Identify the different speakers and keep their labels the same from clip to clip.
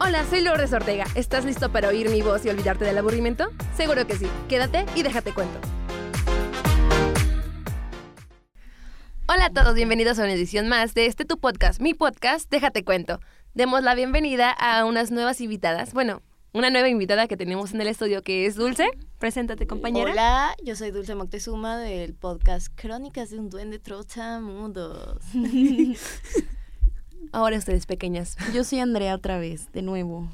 Speaker 1: Hola, soy Lourdes Ortega. ¿Estás listo para oír mi voz y olvidarte del aburrimiento? Seguro que sí. Quédate y déjate cuento. Hola a todos, bienvenidos a una edición más de este tu podcast, mi podcast, Déjate Cuento. Demos la bienvenida a unas nuevas invitadas. Bueno, una nueva invitada que tenemos en el estudio que es Dulce. Preséntate, compañera.
Speaker 2: Hola, yo soy Dulce Moctezuma del podcast Crónicas de un Duende Trotamundos.
Speaker 1: Ahora ustedes pequeñas.
Speaker 3: Yo soy Andrea otra vez, de nuevo.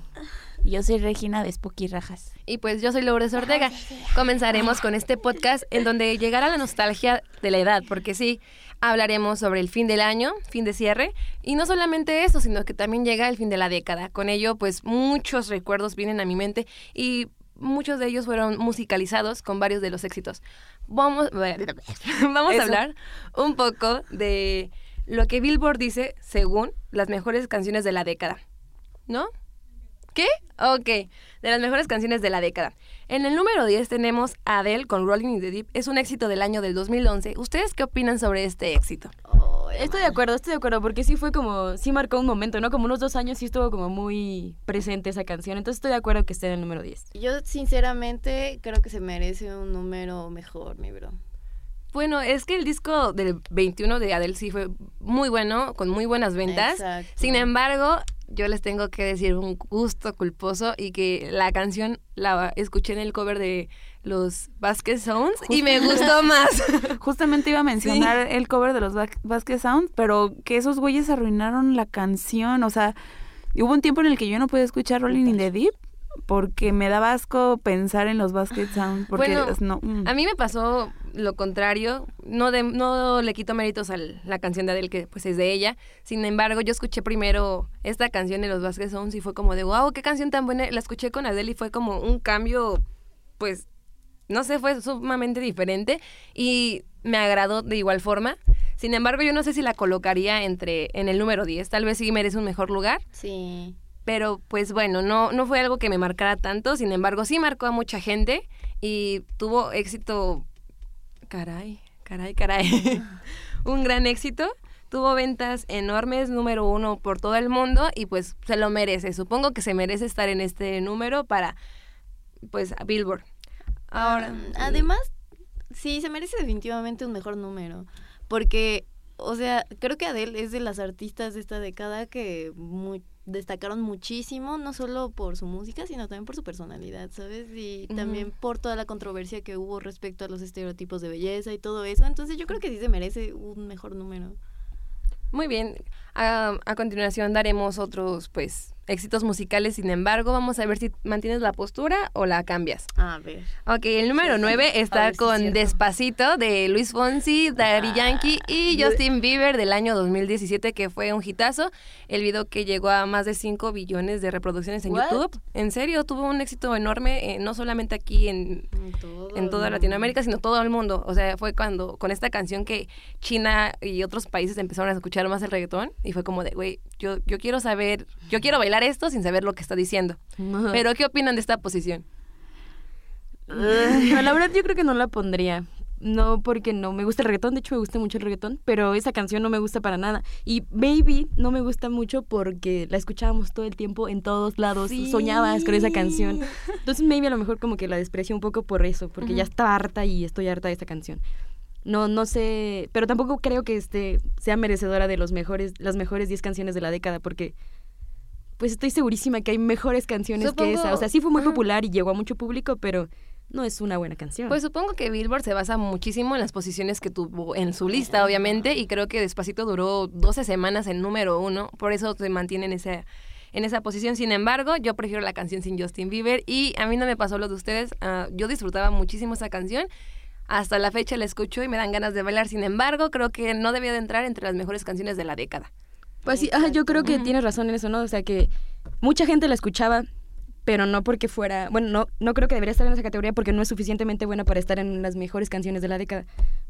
Speaker 4: Yo soy Regina de Spooky Rajas.
Speaker 1: Y pues yo soy Lourdes Ortega. Comenzaremos con este podcast en donde llegará la nostalgia de la edad, porque sí, hablaremos sobre el fin del año, fin de cierre, y no solamente eso, sino que también llega el fin de la década. Con ello, pues muchos recuerdos vienen a mi mente y muchos de ellos fueron musicalizados con varios de los éxitos. Vamos, vamos a hablar un poco de lo que Billboard dice según las mejores canciones de la década. ¿No? ¿Qué? Ok, de las mejores canciones de la década. En el número 10 tenemos a Adele con Rolling in the Deep. Es un éxito del año del 2011. ¿Ustedes qué opinan sobre este éxito?
Speaker 3: Estoy de acuerdo, estoy de acuerdo, porque sí fue como, sí marcó un momento, ¿no? Como unos dos años sí estuvo como muy presente esa canción, entonces estoy de acuerdo que esté en el número 10.
Speaker 2: Yo sinceramente creo que se merece un número mejor, mi bro.
Speaker 1: Bueno, es que el disco del 21 de Adele sí fue muy bueno, con muy buenas ventas.
Speaker 2: Exacto.
Speaker 1: Sin embargo, yo les tengo que decir un gusto culposo y que la canción la escuché en el cover de los Basket Sounds y me gustó más.
Speaker 4: Justamente iba a mencionar el cover de los Ba- Basket Sound, pero que esos güeyes arruinaron la canción. O sea, hubo un tiempo en el que yo no podía escuchar Rolling in the Deep porque me daba asco pensar en los Basket Sound. Porque
Speaker 1: Bueno,
Speaker 4: es- no. mm.
Speaker 1: A mí me pasó lo contrario, no, de- no le quito méritos a la canción de Adele, que pues es de ella. Sin embargo, yo escuché primero esta canción de los Vasquez Sounds y fue como de, wow, qué canción tan buena. La escuché con Adele y fue como un cambio, pues, no sé, fue sumamente diferente y me agradó de igual forma. Sin embargo, yo no sé si la colocaría entre en el número 10, tal vez sí merece un mejor lugar,
Speaker 2: Sí.
Speaker 1: pero pues bueno, no, no fue algo que me marcara tanto, sin embargo sí marcó a mucha gente y tuvo éxito, caray, caray, caray, un gran éxito, tuvo ventas enormes, número uno por todo el mundo y pues se lo merece, supongo que se merece estar en este número para pues a Billboard. Ahora,
Speaker 2: Mm, Además, sí, se merece definitivamente un mejor número. Porque, o sea, creo que Adele es de las artistas de esta década que mu- destacaron muchísimo, no solo por su música, sino también por su personalidad, ¿sabes? Y
Speaker 1: Ujú.
Speaker 2: también por toda la controversia que hubo respecto a los estereotipos de belleza y todo eso. Entonces yo creo que sí se merece un mejor número.
Speaker 1: Muy bien, a, a continuación daremos otros pues éxitos musicales, sin embargo vamos a ver si mantienes la postura o la cambias.
Speaker 2: A ver.
Speaker 1: Ok, el número 9
Speaker 2: A
Speaker 1: está
Speaker 2: ver si es
Speaker 1: con
Speaker 2: cierto.
Speaker 1: Despacito de Luis Fonsi, Daddy
Speaker 2: Ah.
Speaker 1: Yankee y Justin Bieber del año 2017 que fue un hitazo. El video que llegó a más de 5 billones de reproducciones en
Speaker 2: What?
Speaker 1: YouTube. En serio, tuvo un éxito enorme, eh, no solamente aquí en,
Speaker 2: En, todo
Speaker 1: en toda
Speaker 2: el
Speaker 1: Latinoamérica, sino todo el mundo. O sea, fue cuando con esta canción que China y otros países empezaron a escuchar más el reggaetón y fue como de, güey, yo, yo quiero saber, yo quiero bailar esto sin saber lo que está diciendo. Pero, ¿qué opinan de esta posición?
Speaker 3: No, la verdad yo creo que no la pondría. No porque no me gusta el reggaetón, de hecho me gusta mucho el reggaetón, pero esa canción no me gusta para nada. Y Baby no me gusta mucho porque la escuchábamos todo el tiempo en todos lados,
Speaker 1: Sí.
Speaker 3: soñabas con esa canción. Entonces Maybe a lo mejor como que la desprecio un poco por eso, porque ya
Speaker 1: Ujú.
Speaker 3: está harta y estoy harta de esta canción. No, no sé, pero tampoco creo que este sea merecedora de los mejores, las mejores 10 canciones de la década, porque pues estoy segurísima que hay mejores canciones
Speaker 1: Supongo-
Speaker 3: que esa. O sea, sí fue muy
Speaker 1: Ajá.
Speaker 3: popular y llegó a mucho público, pero no es una buena canción.
Speaker 1: Pues supongo que Billboard se basa muchísimo en las posiciones que tuvo en su lista, obviamente, y creo que Despacito duró 12 semanas en número uno, por eso se mantiene en esa, en esa posición. Sin embargo, yo prefiero la canción sin Justin Bieber y a mí no me pasó lo de ustedes, ah, yo disfrutaba muchísimo esa canción. Hasta la fecha la escucho y me dan ganas de bailar. Sin embargo, creo que no debía de entrar entre las mejores canciones de la década.
Speaker 3: Pues sí, ajá, yo creo que tienes razón en eso, ¿no? O sea, que mucha gente la escuchaba, pero no porque fuera. Bueno, no, no creo que debería estar en esa categoría porque no es suficientemente buena para estar en las mejores canciones de la década.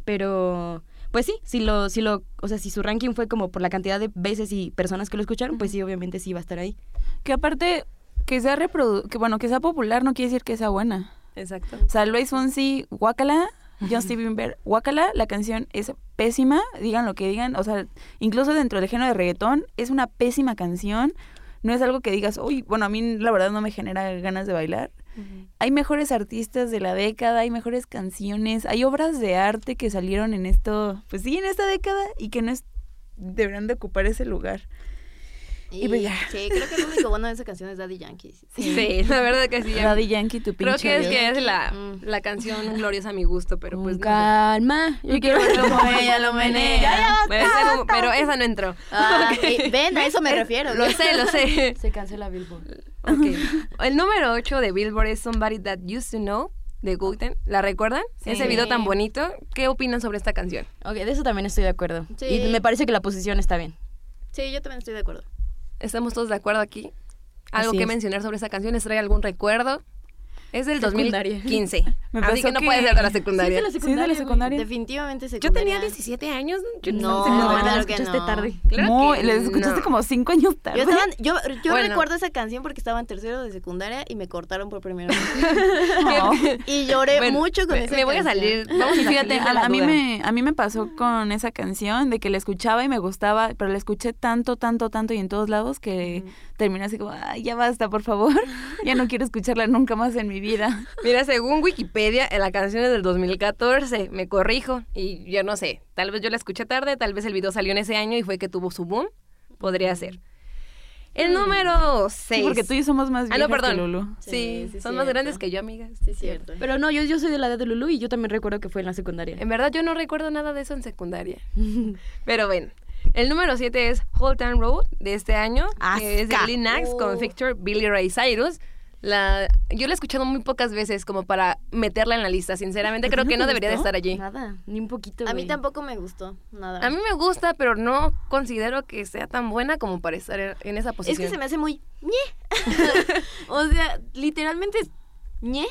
Speaker 3: Pero. Pues sí, si lo, si lo, o sea, si su ranking fue como por la cantidad de veces y personas que lo escucharon, pues sí, obviamente sí va a estar ahí.
Speaker 4: Que aparte, que sea reprodu que bueno, que sea popular no quiere decir que sea buena.
Speaker 1: Exacto.
Speaker 4: O sea, Luis Fonsi, guácala, Justin Bieber, guácala, la canción es pésima, digan lo que digan, o sea, incluso dentro del género de reggaetón, es una pésima canción, no es algo que digas, uy, bueno, a mí la verdad no me genera ganas de bailar.
Speaker 2: Ujú.
Speaker 4: Hay mejores artistas de la década, hay mejores canciones, hay obras de arte que salieron en esto, pues sí, en esta década y que no es, deberían de ocupar ese lugar. Y pues ya.
Speaker 2: Sí, creo que el único bueno de esa canción es Daddy Yankee.
Speaker 1: Sí, la verdad que sí.
Speaker 4: Daddy Yankee, tu pinche
Speaker 1: Creo que es
Speaker 4: Dios.
Speaker 1: que es la,
Speaker 2: Mm.
Speaker 1: la canción gloriosa a mi gusto, pero pues
Speaker 3: Con
Speaker 1: no sé.
Speaker 3: calma. Yo quiero verlo
Speaker 2: como ella lo menea. Ya, ya,
Speaker 1: Puede ser, pero esa no entró.
Speaker 2: Ah,
Speaker 1: Ok.
Speaker 2: eh, ven, a eso me refiero.
Speaker 1: Lo sé, lo sé.
Speaker 3: Se cancela Billboard.
Speaker 1: Ok. El número 8 de Billboard es Somebody That Used to Know de Guten. ¿La recuerdan?
Speaker 4: Sí.
Speaker 1: Ese video tan bonito. ¿Qué opinan sobre esta canción?
Speaker 3: Ok, de eso también estoy de acuerdo.
Speaker 2: Sí.
Speaker 3: Y me parece que la posición está bien.
Speaker 2: Sí, yo también estoy de acuerdo.
Speaker 1: ¿Estamos todos de acuerdo aquí? ¿Algo
Speaker 3: Así
Speaker 1: que
Speaker 3: es.
Speaker 1: mencionar sobre esta canción? ¿Les trae algún recuerdo? Es del
Speaker 3: Secundaria.
Speaker 1: 2015.
Speaker 4: Me
Speaker 1: así
Speaker 4: pasó
Speaker 1: que no
Speaker 4: que-
Speaker 1: puede ser de la
Speaker 4: Sí, es
Speaker 1: secundaria.
Speaker 3: Sí,
Speaker 4: Sí, es de la secundaria.
Speaker 2: Definitivamente se
Speaker 1: Yo tenía 17 años. Yo
Speaker 2: No,
Speaker 1: estaba en
Speaker 4: claro
Speaker 1: secundaria.
Speaker 2: que
Speaker 3: escuchaste
Speaker 2: no.
Speaker 3: tarde.
Speaker 1: Claro
Speaker 4: Muy-
Speaker 1: que
Speaker 4: les escuchaste
Speaker 1: no.
Speaker 4: como cinco años tarde.
Speaker 2: Yo, estaba en- yo, yo
Speaker 1: Bueno.
Speaker 2: recuerdo esa canción porque estaba en tercero de secundaria y me cortaron por primera vez.
Speaker 4: No.
Speaker 2: Y lloré
Speaker 1: Bueno,
Speaker 2: mucho con
Speaker 1: me,
Speaker 2: esa
Speaker 1: me voy a
Speaker 2: canción.
Speaker 1: salir. Vamos a
Speaker 4: Y fíjate,
Speaker 1: salir de
Speaker 4: a,
Speaker 1: la
Speaker 4: a mí
Speaker 1: duda.
Speaker 4: me, a mí me pasó con esa canción de que la escuchaba y me gustaba, pero la escuché tanto, tanto, tanto y en todos lados que terminé así como, "Ay, ya basta, por favor, ya no quiero escucharla nunca más en mi vida.
Speaker 1: Mira, según Wikipedia, eh, la canción es del 2014, me corrijo, y yo no sé, tal vez yo la escuché tarde, tal vez el video salió en ese año y fue que tuvo su boom, podría ser. El número 6.
Speaker 4: Sí, porque tú y yo somos más
Speaker 1: Ah,
Speaker 4: viejas
Speaker 1: no, perdón.
Speaker 4: que Lulu.
Speaker 1: Sí,
Speaker 2: Sí, sí,
Speaker 1: son más
Speaker 2: cierto.
Speaker 1: grandes que yo, amigas.
Speaker 2: Sí, cierto.
Speaker 3: Pero no, yo, yo soy de la edad de Lulu y yo también recuerdo que fue en la secundaria.
Speaker 1: En verdad yo no recuerdo nada de eso en secundaria. Pero bueno, el número 7 es Whole Town Road de este año, que es de
Speaker 4: Asca.
Speaker 1: Lil Nas con
Speaker 2: Uh.
Speaker 1: Victor Billy Ray Cyrus. La, yo la he escuchado muy pocas veces como para meterla en la lista. Sinceramente creo que no debería de estar allí.
Speaker 3: Nada, ni un poquito.
Speaker 2: A mí
Speaker 3: güey.
Speaker 2: tampoco me gustó nada.
Speaker 1: A mí me gusta, pero no considero que sea tan buena como para estar en- en esa
Speaker 2: es
Speaker 1: posición.
Speaker 2: que se me hace muy ñe. o sea, literalmente es ñe.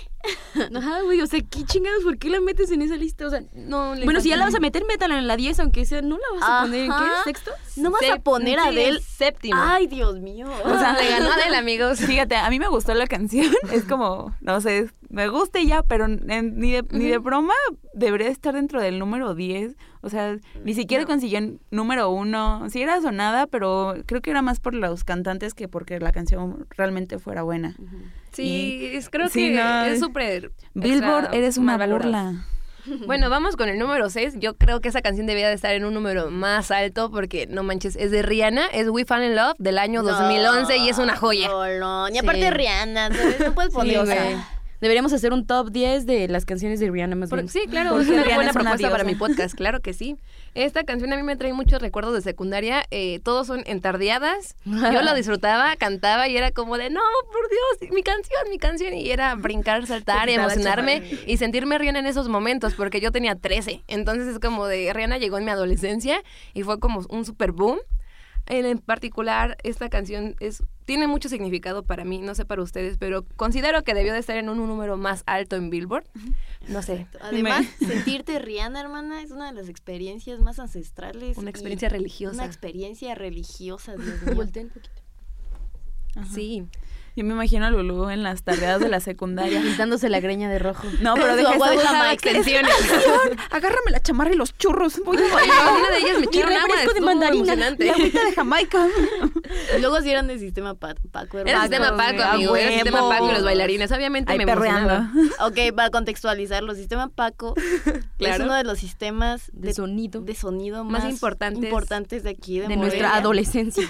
Speaker 3: Ajá, güey, o sea, ¿qué chingados? ¿Por qué la metes en esa lista? O sea,
Speaker 1: No, le
Speaker 3: bueno, si ya la vas
Speaker 1: falta-
Speaker 3: a meter, métala en la 10, aunque sea, no la vas a poner en qué,
Speaker 2: Ajá.
Speaker 3: sexto.
Speaker 2: No vas a
Speaker 1: Sep-
Speaker 2: poner a
Speaker 1: sí,
Speaker 2: Adele.
Speaker 1: Séptimo.
Speaker 2: Ay, Dios mío.
Speaker 1: o sea, le ganó a Adele, amigos.
Speaker 4: Fíjate, a mí me gustó la canción, es como, no sé, me gusta y ya, pero en- ni, de, ni de broma debería estar dentro del número 10, o sea, ni siquiera consiguió el número 1, sí era sonada, pero creo que era más por los cantantes que porque la canción realmente fuera buena.
Speaker 1: Sí, es- creo
Speaker 4: Sí,
Speaker 1: que
Speaker 4: no,
Speaker 1: es
Speaker 4: es-
Speaker 1: súper.
Speaker 4: Billboard,
Speaker 1: extra
Speaker 4: eres una
Speaker 1: mal valorada.
Speaker 4: burla.
Speaker 1: Bueno, vamos con el número 6. Yo creo que esa canción debía de estar en un número más alto porque, no manches, es de Rihanna, es We Fall in Love del año 2011 y es una joya.
Speaker 2: No, no. Y
Speaker 3: Sí.
Speaker 2: aparte Rihanna, ¿sabes? No puedes poner,
Speaker 1: Sí,
Speaker 2: o sea,
Speaker 1: güey.
Speaker 3: Deberíamos hacer un top 10 de las canciones de Rihanna más
Speaker 1: Por-
Speaker 3: bien.
Speaker 1: sí, claro,
Speaker 4: Porque
Speaker 1: es una
Speaker 4: Rihanna
Speaker 1: buena
Speaker 4: es una
Speaker 1: propuesta para mi
Speaker 4: diosa.
Speaker 1: podcast, claro que sí. Esta canción a mí me trae muchos recuerdos de secundaria, eh, todos son entardeadas. Yo la disfrutaba, cantaba y era como de, no, por Dios, mi canción, mi canción. Y era brincar, saltar, y
Speaker 4: Estaba
Speaker 1: emocionarme y sentirme Rihanna en esos momentos, porque yo tenía 13. Entonces es como de, Rihanna llegó en mi adolescencia y fue como un super boom. En, en particular, esta canción es, tiene mucho significado para mí, no sé para ustedes, pero considero que debió de estar en un número más alto en Billboard. No sé,
Speaker 2: además sentirte Rihanna, hermana, es una de las experiencias más ancestrales.
Speaker 1: Una
Speaker 2: y
Speaker 1: experiencia religiosa.
Speaker 2: Una experiencia religiosa, Dios mío.
Speaker 3: Voltea un poquito.
Speaker 1: Sí.
Speaker 4: Yo me imagino a Lulu en las tardeadas de la secundaria.
Speaker 3: Pintándose la greña de rojo.
Speaker 4: No, pero
Speaker 2: Su
Speaker 4: deja
Speaker 2: agua de
Speaker 4: eso.
Speaker 2: Jamaica.
Speaker 1: extensiones.
Speaker 4: Agárrame la chamarra y los churros. Voy a
Speaker 1: Oye, una de ellas me
Speaker 3: Y
Speaker 1: echaron agua.
Speaker 3: refresco de
Speaker 1: estuvo
Speaker 3: mandarina.
Speaker 1: emocionante.
Speaker 4: la agüita de Jamaica.
Speaker 2: Y luego sí eran de sistema Pa- Paco, hermano.
Speaker 1: Era el sistema
Speaker 4: Pacos,
Speaker 1: Paco,
Speaker 4: a
Speaker 1: amigo. Era el sistema
Speaker 4: huevo.
Speaker 1: Paco y los bailarines. Obviamente
Speaker 4: Ahí
Speaker 1: me
Speaker 4: perreando.
Speaker 1: emocionaba.
Speaker 2: Ok, para contextualizarlo, sistema Paco
Speaker 1: Claro.
Speaker 2: es uno de los sistemas
Speaker 3: De sonido.
Speaker 2: de sonido
Speaker 1: Más
Speaker 2: más,
Speaker 1: importantes.
Speaker 2: importantes de aquí, de,
Speaker 3: De nuestra
Speaker 2: Morelia.
Speaker 3: adolescencia.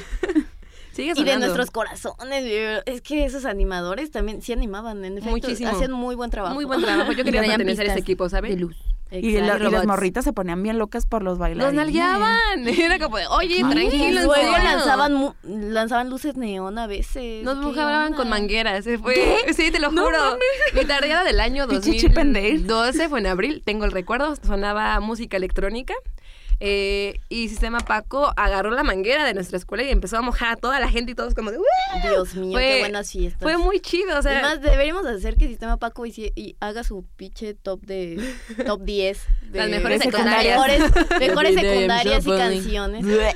Speaker 1: Sigue
Speaker 2: Y de
Speaker 1: sonando.
Speaker 2: nuestros corazones. yo- Es que esos animadores también sí animaban, en efecto.
Speaker 1: Muchísimo.
Speaker 2: Hacían muy buen trabajo.
Speaker 1: Muy buen trabajo. Yo quería
Speaker 3: Y traían
Speaker 1: pertenecer a ese
Speaker 3: pistas
Speaker 1: equipo, ¿sabes?
Speaker 3: De luz.
Speaker 4: Y, la- y
Speaker 2: Exacto.
Speaker 4: las
Speaker 1: robots.
Speaker 4: morritas se ponían bien locas por los
Speaker 1: Los
Speaker 4: bailarines.
Speaker 1: nalgueaban. Era como de, oye,
Speaker 4: Ay,
Speaker 1: tranquilo. en
Speaker 2: Luego
Speaker 1: serio.
Speaker 2: lanzaban, mu- lanzaban luces neón a veces.
Speaker 1: Nos
Speaker 2: ¿qué
Speaker 1: mojaban
Speaker 2: onda?
Speaker 1: con mangueras, se fue. Sí, te lo juro. Mi tardeada del año
Speaker 4: Pinche chip and Dale.
Speaker 1: 2012 fue en abril, tengo el recuerdo, sonaba música electrónica. eh, y Sistema Paco agarró la manguera de nuestra escuela y empezó a mojar a toda la gente y todos como de "¡Wow!".
Speaker 2: Dios mío,
Speaker 1: Fue-
Speaker 2: qué buenas fiestas.
Speaker 1: Fue muy chido, o sea,
Speaker 2: Además, deberíamos hacer que Sistema Paco hici- y haga su pinche top de top 10 de
Speaker 1: Las mejores
Speaker 2: de
Speaker 1: secundarias.
Speaker 2: Mejores, mejores
Speaker 1: Every day I'm
Speaker 2: secundarias
Speaker 1: so
Speaker 2: y
Speaker 1: funny.
Speaker 2: canciones.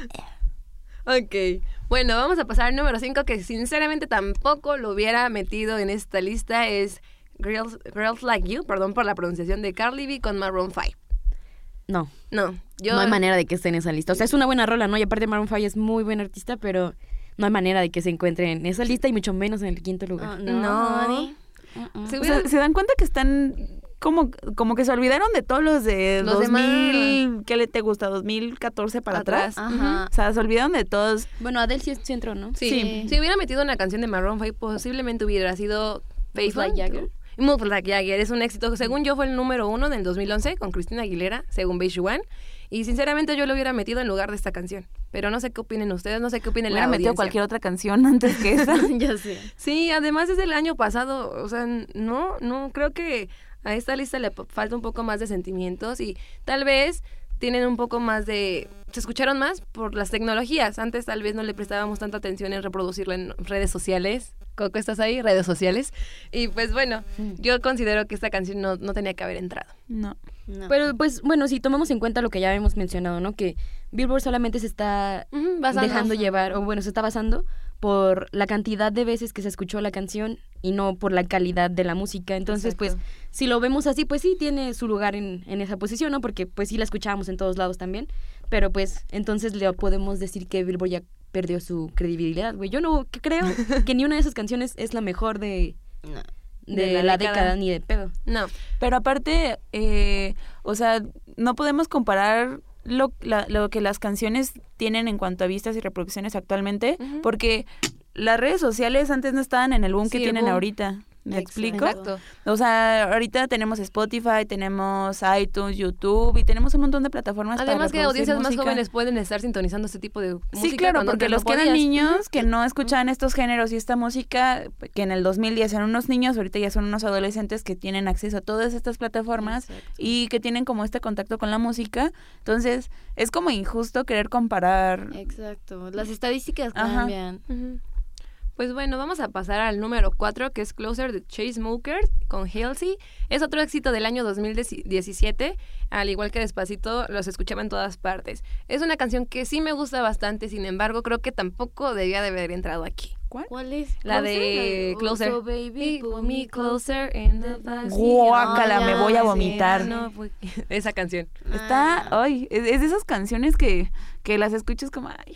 Speaker 1: ok. Bueno, vamos a pasar al número 5 que sinceramente tampoco lo hubiera metido en esta lista es Girls, Girls Like You, perdón por la pronunciación de Carly B con Maroon 5.
Speaker 3: No,
Speaker 1: No, yo
Speaker 3: no hay manera de que esté en esa lista. O sea, es una buena rola, ¿no? Y aparte Maroon 5 es muy buen artista, pero no hay manera de que se encuentre en esa lista y mucho menos en el quinto
Speaker 2: Ah,
Speaker 3: lugar.
Speaker 2: no,
Speaker 1: No.
Speaker 2: Ani. Mm-mm.
Speaker 1: Se
Speaker 4: O sea,
Speaker 1: hubieran-
Speaker 4: se dan cuenta que están como, como que se olvidaron de todos los de
Speaker 1: Los
Speaker 4: 2000, ¿qué le te gusta? 2014 para atrás.
Speaker 2: Ajá.
Speaker 4: O sea, se olvidaron de todos.
Speaker 3: Bueno, Adele sí, sí entró, ¿no?
Speaker 1: Sí.
Speaker 2: Sí.
Speaker 1: Si hubiera metido una canción de Maroon 5, posiblemente hubiera sido Faith
Speaker 2: Like Jagger.
Speaker 1: Move Like Jagger es un éxito. Según yo, fue el número uno del 2011 con Cristina Aguilera, según Beige One. Y sinceramente, yo lo hubiera metido en lugar de esta canción. Pero no sé qué opinen ustedes, no sé qué opinen
Speaker 4: Le
Speaker 1: la
Speaker 4: hubiera metido
Speaker 1: audiencia.
Speaker 4: cualquier otra canción antes que esa.
Speaker 2: ya sé.
Speaker 1: Sí, además es del año pasado, o sea, n- no, no, creo que a esta lista le p- falta un poco más de sentimientos y tal vez tienen un poco más de... Se escucharon más por las tecnologías. Antes tal vez no le prestábamos tanta atención en reproducirla en redes sociales. Coco, ¿estás ahí? Redes sociales. Y pues bueno,
Speaker 4: Mm.
Speaker 1: yo considero que esta canción no, no tenía que haber entrado.
Speaker 4: No.
Speaker 2: No.
Speaker 3: Pero pues bueno, si tomamos en cuenta lo que ya hemos mencionado, ¿no? Que Billboard solamente se está
Speaker 1: Ujú, basando.
Speaker 3: dejando llevar, o bueno, se está basando por la cantidad de veces que se escuchó la canción y no por la calidad de la música. Entonces, pues, si lo vemos así, pues sí tiene su lugar en, en esa posición, ¿no? Porque pues sí la escuchábamos en todos lados también. Pero pues, entonces le podemos decir que Billboard ya perdió su credibilidad, güey. Yo no que creo que ni una de esas canciones es la mejor de,
Speaker 2: No.
Speaker 3: de
Speaker 1: De la
Speaker 3: la,
Speaker 1: década.
Speaker 3: década. ni de pedo.
Speaker 1: No,
Speaker 4: Pero aparte, eh, o sea, no podemos comparar lo, la- lo que las canciones tienen en cuanto a vistas y reproducciones actualmente,
Speaker 1: Ujú.
Speaker 4: porque las redes sociales antes no estaban en el boom que
Speaker 1: Sí, el
Speaker 4: tienen
Speaker 1: boom.
Speaker 4: ahorita. ¿Me explico?
Speaker 1: exacto.
Speaker 4: O sea, ahorita tenemos Spotify, tenemos iTunes, YouTube y tenemos un montón de plataformas para
Speaker 1: Además que
Speaker 4: reproducir
Speaker 1: audiencias
Speaker 4: música.
Speaker 1: más jóvenes pueden estar sintonizando este tipo de música.
Speaker 4: Sí, claro,
Speaker 1: cuando
Speaker 4: porque
Speaker 1: antes no
Speaker 4: los que eran
Speaker 1: podías.
Speaker 4: niños que no escuchaban estos géneros y esta música, que en el 2010 eran unos niños, ahorita ya son unos adolescentes que tienen acceso a todas estas plataformas y que tienen como este contacto con la música. Entonces, es como injusto querer comparar.
Speaker 1: Eh,
Speaker 2: Exacto. Las estadísticas
Speaker 4: Ajá.
Speaker 2: cambian.
Speaker 1: Ujú. Pues bueno, vamos a pasar al número 4, que es Closer de Chase Smokers con Halsey. Es otro éxito del año 2017, al igual que Despacito, los escuchaba en todas partes. Es una canción que sí me gusta bastante, sin embargo, creo que tampoco debía de haber entrado aquí.
Speaker 2: ¿Cuál es?
Speaker 1: La de Closer.
Speaker 2: Oh, so baby, pull me closer.
Speaker 1: in the backseat.
Speaker 4: Guácala,
Speaker 1: Ay,
Speaker 4: me
Speaker 1: ya,
Speaker 4: voy a
Speaker 1: sí,
Speaker 4: vomitar.
Speaker 1: no, pues, esa canción.
Speaker 4: Está,
Speaker 2: Ah,
Speaker 4: ay, es, es de esas canciones que, que las escuchas como, ay,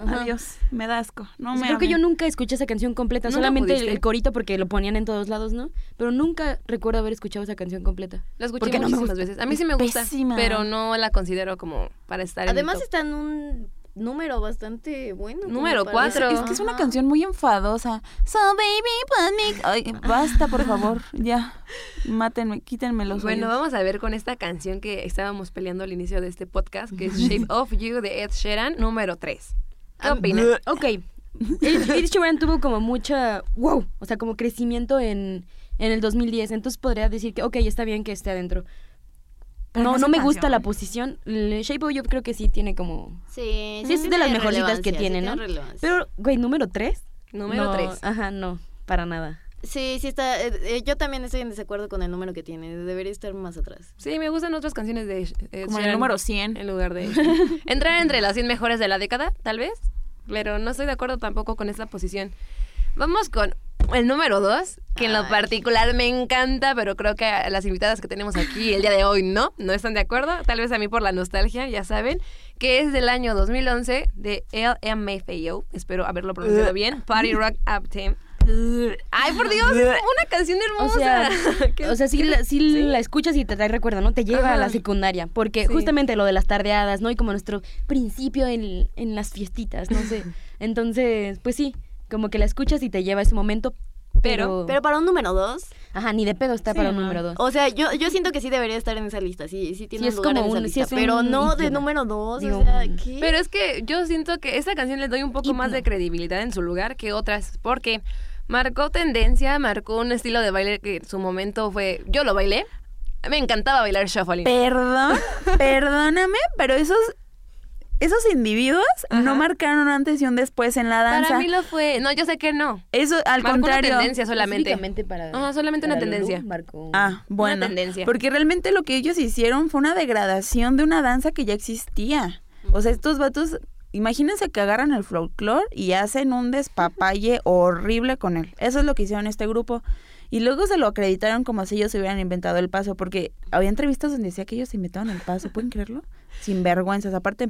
Speaker 2: Ajá.
Speaker 4: adiós, me da asco. No
Speaker 3: Pues,
Speaker 4: me
Speaker 3: creo que
Speaker 4: amen.
Speaker 3: yo nunca escuché esa canción completa,
Speaker 1: ¿Nunca
Speaker 3: solamente el,
Speaker 1: pudiste?
Speaker 3: el corito porque lo ponían en todos lados, ¿no? Pero nunca recuerdo haber escuchado esa canción completa.
Speaker 1: La escuché
Speaker 3: Porque no me
Speaker 1: muchísimas veces. A mí sí me gusta,
Speaker 4: Pésima.
Speaker 1: pero no la considero como para estar
Speaker 2: Además
Speaker 1: en
Speaker 2: está en un número bastante bueno. como
Speaker 1: Número
Speaker 2: para-
Speaker 1: cuatro.
Speaker 4: Es que es una
Speaker 2: Ajá.
Speaker 4: canción muy enfadosa. So baby, put me- Ay, basta, por favor. Ya. Mátenme, quítenme los
Speaker 1: Bueno,
Speaker 4: oídos.
Speaker 1: vamos a ver con esta canción que estábamos peleando al inicio de este podcast, que es Shape of You de Ed Sheeran, número 3. ¿Qué
Speaker 2: Ah,
Speaker 4: Ah,
Speaker 1: opinas?
Speaker 3: Ok. Ed Ed Sheeran tuvo como mucha, wow, o sea, como crecimiento en, en el 2010, entonces podría decir que, ok, está bien que esté adentro.
Speaker 4: Pero
Speaker 3: no,
Speaker 4: no
Speaker 3: no
Speaker 4: esa
Speaker 3: me gusta la
Speaker 4: canción.
Speaker 3: posición. El Shape of You creo que sí tiene como...
Speaker 2: Sí,
Speaker 3: Sí, es de las
Speaker 2: tiene
Speaker 3: mejorcitas que
Speaker 2: relevancia,
Speaker 3: tiene,
Speaker 2: sí
Speaker 3: ¿no?
Speaker 2: relevancia.
Speaker 3: Pero, güey, número 3.
Speaker 1: Número 3.
Speaker 3: Ajá, no, para nada.
Speaker 2: Sí, sí está. eh, eh, yo también estoy en desacuerdo con el número que tiene. Debería estar más atrás.
Speaker 1: Sí, me gustan otras canciones de Ed Ed
Speaker 4: Como en el
Speaker 1: Sheeran
Speaker 4: número 100.
Speaker 1: En lugar de... Entrar entre las 100 mejores de la década, tal vez, pero no estoy de acuerdo tampoco con esta posición. Vamos con el número 2, que en lo
Speaker 2: Ay.
Speaker 1: particular me encanta, pero creo que a las invitadas que tenemos aquí el día de hoy no, no están de acuerdo, tal vez a mí por la nostalgia, ya saben, que es del año 2011 de LMFAO, espero haberlo pronunciado bien, Party Rock Up Team. Ay, por Dios, es una canción
Speaker 3: O
Speaker 1: hermosa.
Speaker 3: sea,
Speaker 1: ¿Qué-
Speaker 3: o sea sí,
Speaker 1: qué-
Speaker 3: la, sí la escuchas y te trae recuerdo, ¿no? Te lleva a la
Speaker 1: Ajá.
Speaker 3: secundaria. Porque
Speaker 1: Sí.
Speaker 3: justamente lo de las tardeadas, ¿no? Y como nuestro principio en, en las fiestitas, no sé. Entonces, pues sí, como que la escuchas y te lleva a ese momento. Pero,
Speaker 2: Pero para un número dos.
Speaker 3: ajá, ni de pedo está
Speaker 4: Sí,
Speaker 3: para un
Speaker 4: ¿no?
Speaker 3: número dos.
Speaker 2: O sea, yo, yo siento que sí debería estar en esa lista. Sí, sí tiene
Speaker 3: Oh. Sí, es
Speaker 2: lugar
Speaker 3: como
Speaker 2: en esa
Speaker 3: un- sí
Speaker 2: lista,
Speaker 3: es un
Speaker 2: Pero no de
Speaker 3: idioma.
Speaker 2: número dos.
Speaker 3: Digo,
Speaker 2: o sea, ¿qué?
Speaker 1: Pero es que yo siento que esta canción le doy un poco más de
Speaker 3: Himno.
Speaker 1: credibilidad en su lugar que otras, porque marcó tendencia, marcó un estilo de baile que en su momento fue. Yo lo bailé. Me encantaba bailar shuffling.
Speaker 4: Perdón, perdóname, pero esos esos individuos
Speaker 1: Ajá.
Speaker 4: no marcaron un antes y un después en la danza.
Speaker 1: Para mí lo fue. No, yo sé que no.
Speaker 4: Eso,
Speaker 1: Marcó
Speaker 4: al
Speaker 1: una
Speaker 4: contrario.
Speaker 1: tendencia solamente.
Speaker 3: Específicamente para.
Speaker 1: Ah, solamente
Speaker 3: para
Speaker 1: una
Speaker 3: Lulú,
Speaker 1: tendencia.
Speaker 3: marcó-
Speaker 4: Ah, bueno.
Speaker 1: tendencia.
Speaker 4: Porque realmente lo que ellos hicieron fue una degradación de una danza que ya existía. O sea, estos vatos, imagínense que agarran el folclore y hacen un despapalle horrible con él. Eso es lo que hicieron este grupo. Y luego se lo acreditaron como si ellos hubieran inventado el paso, porque había entrevistas donde decía que ellos inventaron el paso, ¿pueden creerlo? Sin vergüenzas, aparte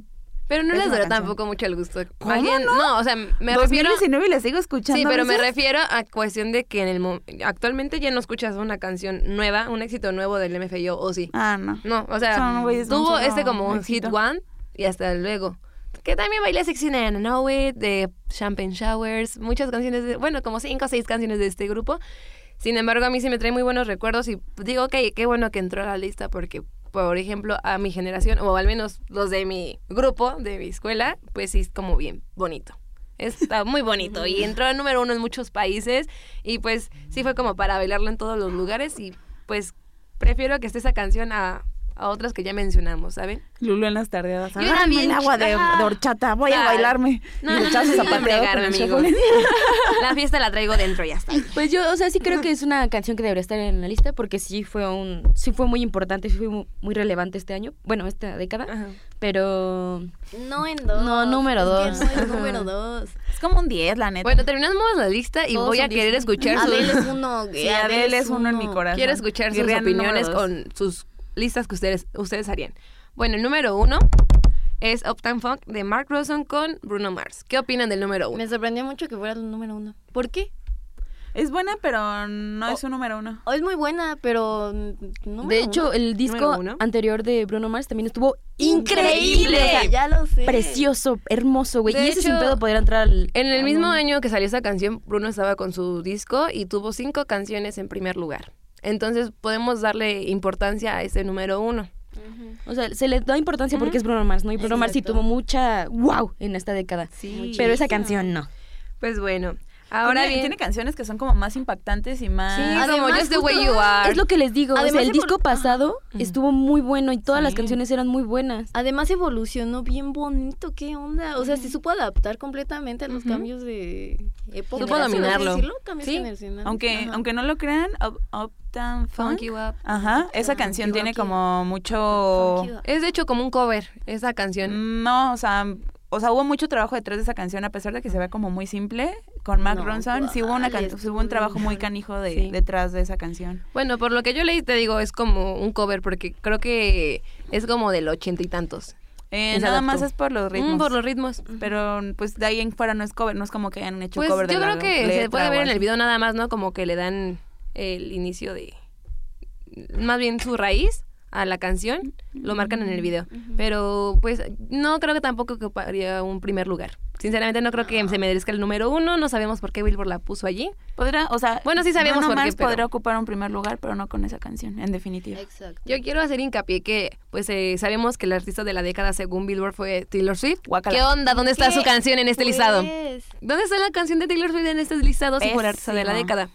Speaker 1: Pero no les
Speaker 4: Pésima
Speaker 1: duró
Speaker 4: canción.
Speaker 1: tampoco mucho el gusto.
Speaker 4: ¿Cómo
Speaker 1: Alguien-
Speaker 4: no?
Speaker 1: o sea, me refiero...
Speaker 4: 2019 y la sigo escuchando.
Speaker 1: Sí,
Speaker 4: a
Speaker 1: pero me
Speaker 4: veces.
Speaker 1: refiero a cuestión de que en el mo- actualmente ya no escuchas una canción nueva, un éxito nuevo del MFIO, o sí.
Speaker 4: Ah, no.
Speaker 1: No, o sea,
Speaker 4: Son güeyes de un
Speaker 1: tuvo
Speaker 4: solo
Speaker 1: este como un hit
Speaker 4: éxito.
Speaker 1: one y hasta luego. Que también bailé Sexy and Know It, de Champagne Showers, muchas canciones, de- bueno, como cinco o seis canciones de este grupo. Sin embargo, a mí sí me trae muy buenos recuerdos y digo, ok, qué bueno que entró a la lista porque, por ejemplo, a mi generación, o al menos los de mi grupo, de mi escuela, pues sí es como bien bonito. Está muy bonito y entró a número uno en muchos países y pues sí fue como para bailarlo en todos los lugares y pues prefiero que esté esa canción a, a otras que ya mencionamos, ¿saben?
Speaker 4: Lulu en las tardeadas.
Speaker 1: Yo
Speaker 4: Agárrame
Speaker 1: era bien
Speaker 4: el agua de,
Speaker 1: chica.
Speaker 4: de horchata. Voy a
Speaker 1: Ay.
Speaker 4: bailarme.
Speaker 1: No,
Speaker 4: Y
Speaker 1: no,
Speaker 4: el
Speaker 1: no,
Speaker 4: chazo
Speaker 1: no, no,
Speaker 4: zapateado con
Speaker 1: bregarme,
Speaker 4: el
Speaker 1: amigo.
Speaker 4: shuffle.
Speaker 1: La fiesta la traigo dentro y ya está.
Speaker 3: Pues yo, o sea, sí creo que es una canción que debería estar en la lista porque sí fue un, sí fue muy importante, sí fue mu- muy, relevante este año, bueno, esta década,
Speaker 1: Ajá.
Speaker 3: pero
Speaker 2: No en dos.
Speaker 3: No, número
Speaker 2: Es que
Speaker 3: dos.
Speaker 2: no es número dos.
Speaker 4: Es como un 10, la neta.
Speaker 1: Bueno, terminamos la lista y
Speaker 2: Todos
Speaker 1: voy a
Speaker 2: son diez.
Speaker 1: querer escuchar
Speaker 2: Adele es
Speaker 1: sus,
Speaker 2: uno.
Speaker 4: Sí,
Speaker 2: Adele
Speaker 4: Adele es uno en mi corazón.
Speaker 1: quiero escuchar sus
Speaker 4: Rihanna número
Speaker 1: opiniones
Speaker 4: dos.
Speaker 1: con sus listas que ustedes, ustedes harían. Bueno, el número uno es Uptown Funk de Mark Ronson con Bruno Mars. ¿Qué opinan del número uno?
Speaker 2: Me sorprendió mucho que fuera el número uno. ¿Por qué?
Speaker 4: Es buena, pero no es su número uno.
Speaker 2: Oh, es muy buena, pero mm, número
Speaker 3: de hecho el disco
Speaker 1: Número uno.
Speaker 3: anterior de Bruno Mars también estuvo
Speaker 2: uno.
Speaker 3: increíble, o sea,
Speaker 2: ya lo sé.
Speaker 3: precioso, hermoso, güey,
Speaker 1: De
Speaker 3: y ese sin
Speaker 1: hecho,
Speaker 3: pedo podría entrar al
Speaker 1: En el
Speaker 3: al
Speaker 1: mismo
Speaker 3: uno.
Speaker 1: año que salió esa canción, Bruno estaba con su disco y tuvo cinco canciones en primer lugar. Entonces podemos darle importancia a ese número uno.
Speaker 3: O sea, se le da importancia porque es Bruno Mars, ¿no? Y Bruno Mars sí
Speaker 2: Exacto.
Speaker 3: tuvo mucha wow en esta década.
Speaker 1: Sí.
Speaker 3: Pero esa canción no.
Speaker 1: Pues bueno, ahora
Speaker 4: tiene,
Speaker 1: bien.
Speaker 4: tiene canciones que son como más impactantes y más.
Speaker 1: Sí,
Speaker 2: Además,
Speaker 1: como Just the
Speaker 2: justo-
Speaker 1: Way You Are.
Speaker 3: Es lo que les digo, o sea,
Speaker 2: Además
Speaker 3: el
Speaker 2: se
Speaker 3: disco
Speaker 2: vol-
Speaker 3: pasado estuvo muy bueno y todas las
Speaker 4: Sí.
Speaker 3: canciones eran muy buenas.
Speaker 2: Además evolucionó bien bonito, qué onda. O sea, se supo adaptar completamente a los cambios de época.
Speaker 1: Supo
Speaker 2: ¿Se puede
Speaker 1: dominarlo.
Speaker 2: decirlo? Cambios
Speaker 1: Sí.
Speaker 2: generacionales.
Speaker 4: Aunque,
Speaker 2: Ajá.
Speaker 4: aunque no lo crean, Up, Uptown Funk.
Speaker 1: Funk You Up.
Speaker 4: Ajá, esa canción
Speaker 2: Funky
Speaker 4: tiene
Speaker 2: Rocky.
Speaker 4: como mucho...
Speaker 2: Funky Rocky.
Speaker 1: Es de hecho como un cover, esa
Speaker 4: Mm.
Speaker 1: canción.
Speaker 4: No, o sea, o sea, hubo mucho trabajo detrás de esa canción, a pesar de que se ve como muy simple. Con Mark
Speaker 2: No,
Speaker 4: Ronson, sí hubo, una
Speaker 2: ¿cuál?
Speaker 4: can- sí hubo un trabajo muy canijo de-
Speaker 1: Sí.
Speaker 4: detrás de esa canción.
Speaker 1: Bueno, por lo que yo leí, te digo, es como un cover porque creo que es como del ochenta y tantos.
Speaker 4: Eh,
Speaker 1: Y se
Speaker 4: nada
Speaker 1: adaptó.
Speaker 4: más es por los ritmos.
Speaker 1: Mm, por los ritmos.
Speaker 4: Pero pues de ahí en fuera no es cover, no es como que hayan hecho
Speaker 1: Pues
Speaker 4: cover de
Speaker 1: yo
Speaker 4: la
Speaker 1: creo que se
Speaker 4: letra
Speaker 1: puede
Speaker 4: o
Speaker 1: ver en el
Speaker 4: así.
Speaker 1: video nada más, ¿no? Como que le dan el inicio de... Más bien su raíz a la canción, lo marcan en el video. Pero pues no creo que tampoco que ocuparía un primer lugar. Sinceramente no creo que se merezca el número uno, no sabemos por qué Billboard la puso allí.
Speaker 4: Podrá, o sea,
Speaker 1: Bueno, sí sabemos
Speaker 4: Bruno
Speaker 1: por qué,
Speaker 4: Mars
Speaker 1: pero-
Speaker 4: podrá ocupar un primer lugar, pero no con esa canción, en definitiva.
Speaker 2: Exacto.
Speaker 1: Yo quiero hacer hincapié que, pues, eh, sabemos que el artista de la década según Billboard fue Taylor Swift.
Speaker 4: Guácala.
Speaker 1: ¿Qué onda? ¿Dónde está
Speaker 2: ¿Qué?
Speaker 1: su canción en este
Speaker 2: Pues,
Speaker 1: listado? ¿Dónde está la canción de Taylor Swift en este listado si fue el artista de la
Speaker 4: Pésimo.
Speaker 1: década?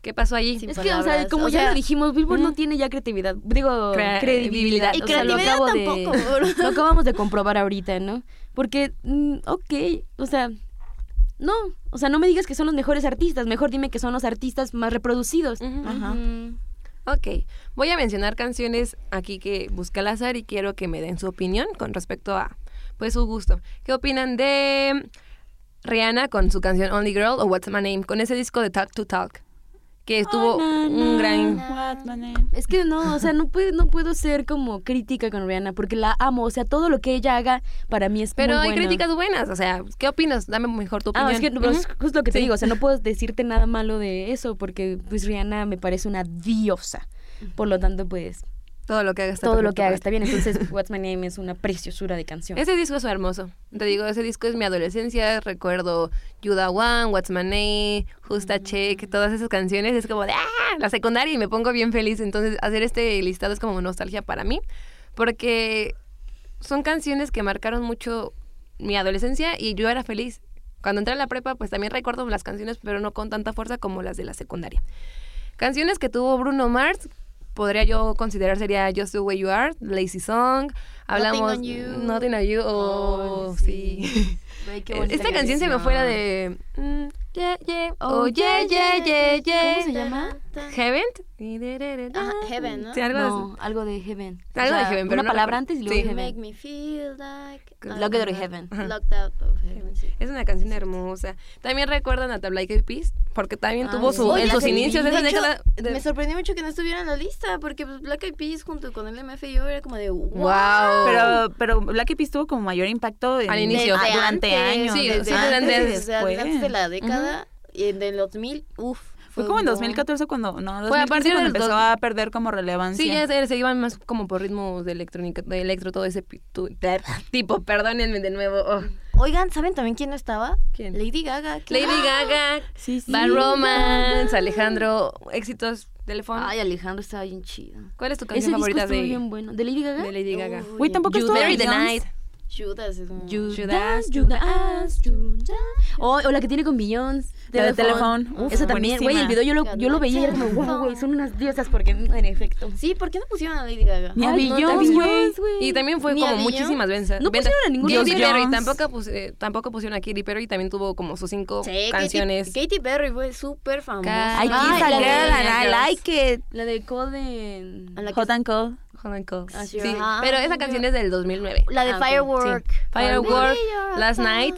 Speaker 1: ¿Qué pasó allí?
Speaker 2: Sin
Speaker 3: Es que, o sea,
Speaker 2: palabras,
Speaker 3: como
Speaker 2: o
Speaker 3: ya
Speaker 2: sea,
Speaker 3: lo dijimos, Billboard no tiene ya creatividad. Digo,
Speaker 1: Cre-
Speaker 3: credibilidad.
Speaker 1: eh, Y
Speaker 3: o sea, lo
Speaker 2: creatividad
Speaker 3: acabo
Speaker 2: tampoco,
Speaker 3: de.
Speaker 2: bro.
Speaker 3: Lo acabamos de comprobar ahorita, ¿no? Porque, mm, ok, o sea. No, o sea, no me digas que son los mejores artistas. Mejor dime que son los artistas más reproducidos.
Speaker 1: Ujú.
Speaker 4: Ajá.
Speaker 2: Mm,
Speaker 1: Ok, voy a mencionar canciones aquí que busca al azar y quiero que me den su opinión con respecto a, pues, su gusto. ¿Qué opinan de Rihanna con su canción Only Girl o What's My Name? Con ese disco de Talk to Talk, que estuvo
Speaker 3: na,
Speaker 1: un
Speaker 3: na,
Speaker 1: gran...
Speaker 4: What, my name?
Speaker 3: Es que no, o sea, no puedo, no puedo ser como crítica con Rihanna porque la amo. O sea, todo lo que ella haga para mí es
Speaker 1: Pero
Speaker 3: muy
Speaker 1: hay
Speaker 3: bueno.
Speaker 1: críticas buenas, o sea, ¿qué opinas? Dame mejor tu opinión.
Speaker 3: Ah, es que pues,
Speaker 1: Ujú.
Speaker 3: justo lo que te
Speaker 1: Sí.
Speaker 3: digo, o sea, no puedo decirte nada malo de eso porque pues Rihanna me parece una diosa. Por lo tanto, pues
Speaker 1: Todo lo que hagas está
Speaker 3: todo lo
Speaker 1: perfecto
Speaker 3: que haga
Speaker 1: para ti.
Speaker 3: está bien. Entonces, What's My Name es una preciosura de canción.
Speaker 1: Ese disco es hermoso. Te digo, ese disco es mi adolescencia. Recuerdo Yuda One, What's My Name,
Speaker 3: Mm.
Speaker 1: Justa Check, todas esas canciones. Es como de ¡ah! la secundaria y me pongo bien feliz. Entonces, hacer este listado es como nostalgia para mí. Porque son canciones que marcaron mucho mi adolescencia y yo era feliz. Cuando entré a la prepa, pues también recuerdo las canciones, pero no con tanta fuerza como las de la secundaria. Canciones que tuvo Bruno Mars, podría yo considerar sería Just the Way You Are, Lazy Song, hablamos
Speaker 2: Nothing on You.
Speaker 1: Nothing on You, oh,
Speaker 2: Oh,
Speaker 1: sí.
Speaker 2: sí. Güey, qué bonita
Speaker 1: Esta canción se me fue la de... mm, yeah, yeah, oh, yeah, yeah, yeah, yeah.
Speaker 3: ¿Cómo se llama?
Speaker 1: Heaven?
Speaker 2: Ajá, Heaven, ¿no?
Speaker 1: Sí, algo
Speaker 3: No,
Speaker 1: así.
Speaker 3: algo de Heaven.
Speaker 1: Algo de Heaven, pero no recuerdo.
Speaker 3: Una palabra antes y luego
Speaker 1: Sí.
Speaker 2: You
Speaker 3: Heaven.
Speaker 2: make me feel like
Speaker 1: Good.
Speaker 2: I'm
Speaker 3: Locked out of
Speaker 2: not
Speaker 3: heaven.
Speaker 2: Locked out of heaven, sí.
Speaker 1: Es una canción hermosa. También recuerdan a The Black Eyed Peas, porque también
Speaker 2: Ah,
Speaker 1: tuvo
Speaker 2: sí.
Speaker 1: su,
Speaker 2: Oye,
Speaker 1: en sus
Speaker 2: Black Eyed
Speaker 1: inicios
Speaker 2: Peas,
Speaker 1: esa
Speaker 2: de hecho,
Speaker 1: década. de-
Speaker 2: Me sorprendió mucho que no estuviera en la lista, porque pues, Black Eyed Peas junto con el MFIO era como de wow.
Speaker 1: Wow.
Speaker 4: Pero, pero Black Eyed Peas tuvo como mayor impacto en-
Speaker 1: Al inicio.
Speaker 4: ah, durante
Speaker 2: antes,
Speaker 4: años.
Speaker 1: Sí,
Speaker 4: desde
Speaker 1: sí,
Speaker 4: antes
Speaker 1: durante-
Speaker 4: y
Speaker 1: antes,
Speaker 2: o sea,
Speaker 4: después.
Speaker 2: desde antes de la década, y en el 2000, uff.
Speaker 4: Fue como en 2014 cuando, no,
Speaker 1: Fue a
Speaker 4: 2015
Speaker 1: partir
Speaker 4: cuando
Speaker 1: del
Speaker 4: empezó
Speaker 1: dos-
Speaker 4: a perder como relevancia.
Speaker 1: Sí, ya se, se iban más como por ritmos de electrónica, de electro, todo ese pi- tu- ter- tipo, perdónenme de nuevo. oh.
Speaker 2: Oigan, ¿saben también quién no estaba?
Speaker 1: ¿Quién?
Speaker 2: Lady Gaga. ¿qué?
Speaker 1: Lady Gaga,
Speaker 4: Sí, sí.
Speaker 1: Bad Romance, Alejandro, éxitos, teléfono.
Speaker 3: Ay, Alejandro estaba bien chido.
Speaker 1: ¿Cuál es tu
Speaker 3: Ese
Speaker 1: canción
Speaker 3: disco
Speaker 1: favorita
Speaker 3: estuvo
Speaker 1: de,
Speaker 3: bien bueno. ¿De Lady Gaga?
Speaker 1: de Lady Gaga?
Speaker 2: Uy,
Speaker 4: Güey, tampoco
Speaker 1: You
Speaker 4: estuvo
Speaker 1: Marry
Speaker 4: en
Speaker 1: the
Speaker 4: Jones.
Speaker 1: Night.
Speaker 2: Judas es un...
Speaker 1: Judas.
Speaker 3: Judas, Judas. O, o la que tiene con Beyoncé.
Speaker 4: La de Telephone. Uf,
Speaker 3: Esa también. Güey, el
Speaker 4: buenísima.
Speaker 3: video yo lo, yo lo veía y era como,
Speaker 2: Telephone.
Speaker 3: wow, güey, son unas diosas porque, en efecto.
Speaker 2: Sí, ¿por qué no pusieron a Lady Gaga?
Speaker 4: Ni a
Speaker 3: Ay, no,
Speaker 4: Beyoncé,
Speaker 3: también
Speaker 4: güey.
Speaker 3: Beyoncé, güey.
Speaker 1: Y también fue
Speaker 2: Ni a
Speaker 1: como
Speaker 2: Beyoncé.
Speaker 1: muchísimas ventas.
Speaker 3: No pusieron a ninguna
Speaker 1: Katy
Speaker 4: de ellas.
Speaker 1: Perry,
Speaker 4: Jones.
Speaker 1: tampoco, pus- eh, tampoco pusieron a Katy Perry, también tuvo como sus cinco
Speaker 2: Sí, Ah, Katy-
Speaker 1: canciones.
Speaker 2: Katy, Perry fue súper famosa.
Speaker 1: Ca-
Speaker 4: I
Speaker 1: Ay,
Speaker 4: kiss a
Speaker 1: la de-
Speaker 4: girl and I
Speaker 1: Dios.
Speaker 4: like it.
Speaker 3: La de Coden.
Speaker 2: A la, que-
Speaker 4: Hot and cold.
Speaker 1: Hold on, Cole.
Speaker 2: Ah,
Speaker 1: Sí,
Speaker 2: sí, ajá.
Speaker 1: pero esa canción es del 2009.
Speaker 2: la de
Speaker 3: Ah, ok,
Speaker 2: Firework.
Speaker 1: Firework,
Speaker 2: Sí, you're a
Speaker 1: Last
Speaker 2: star.
Speaker 1: Night.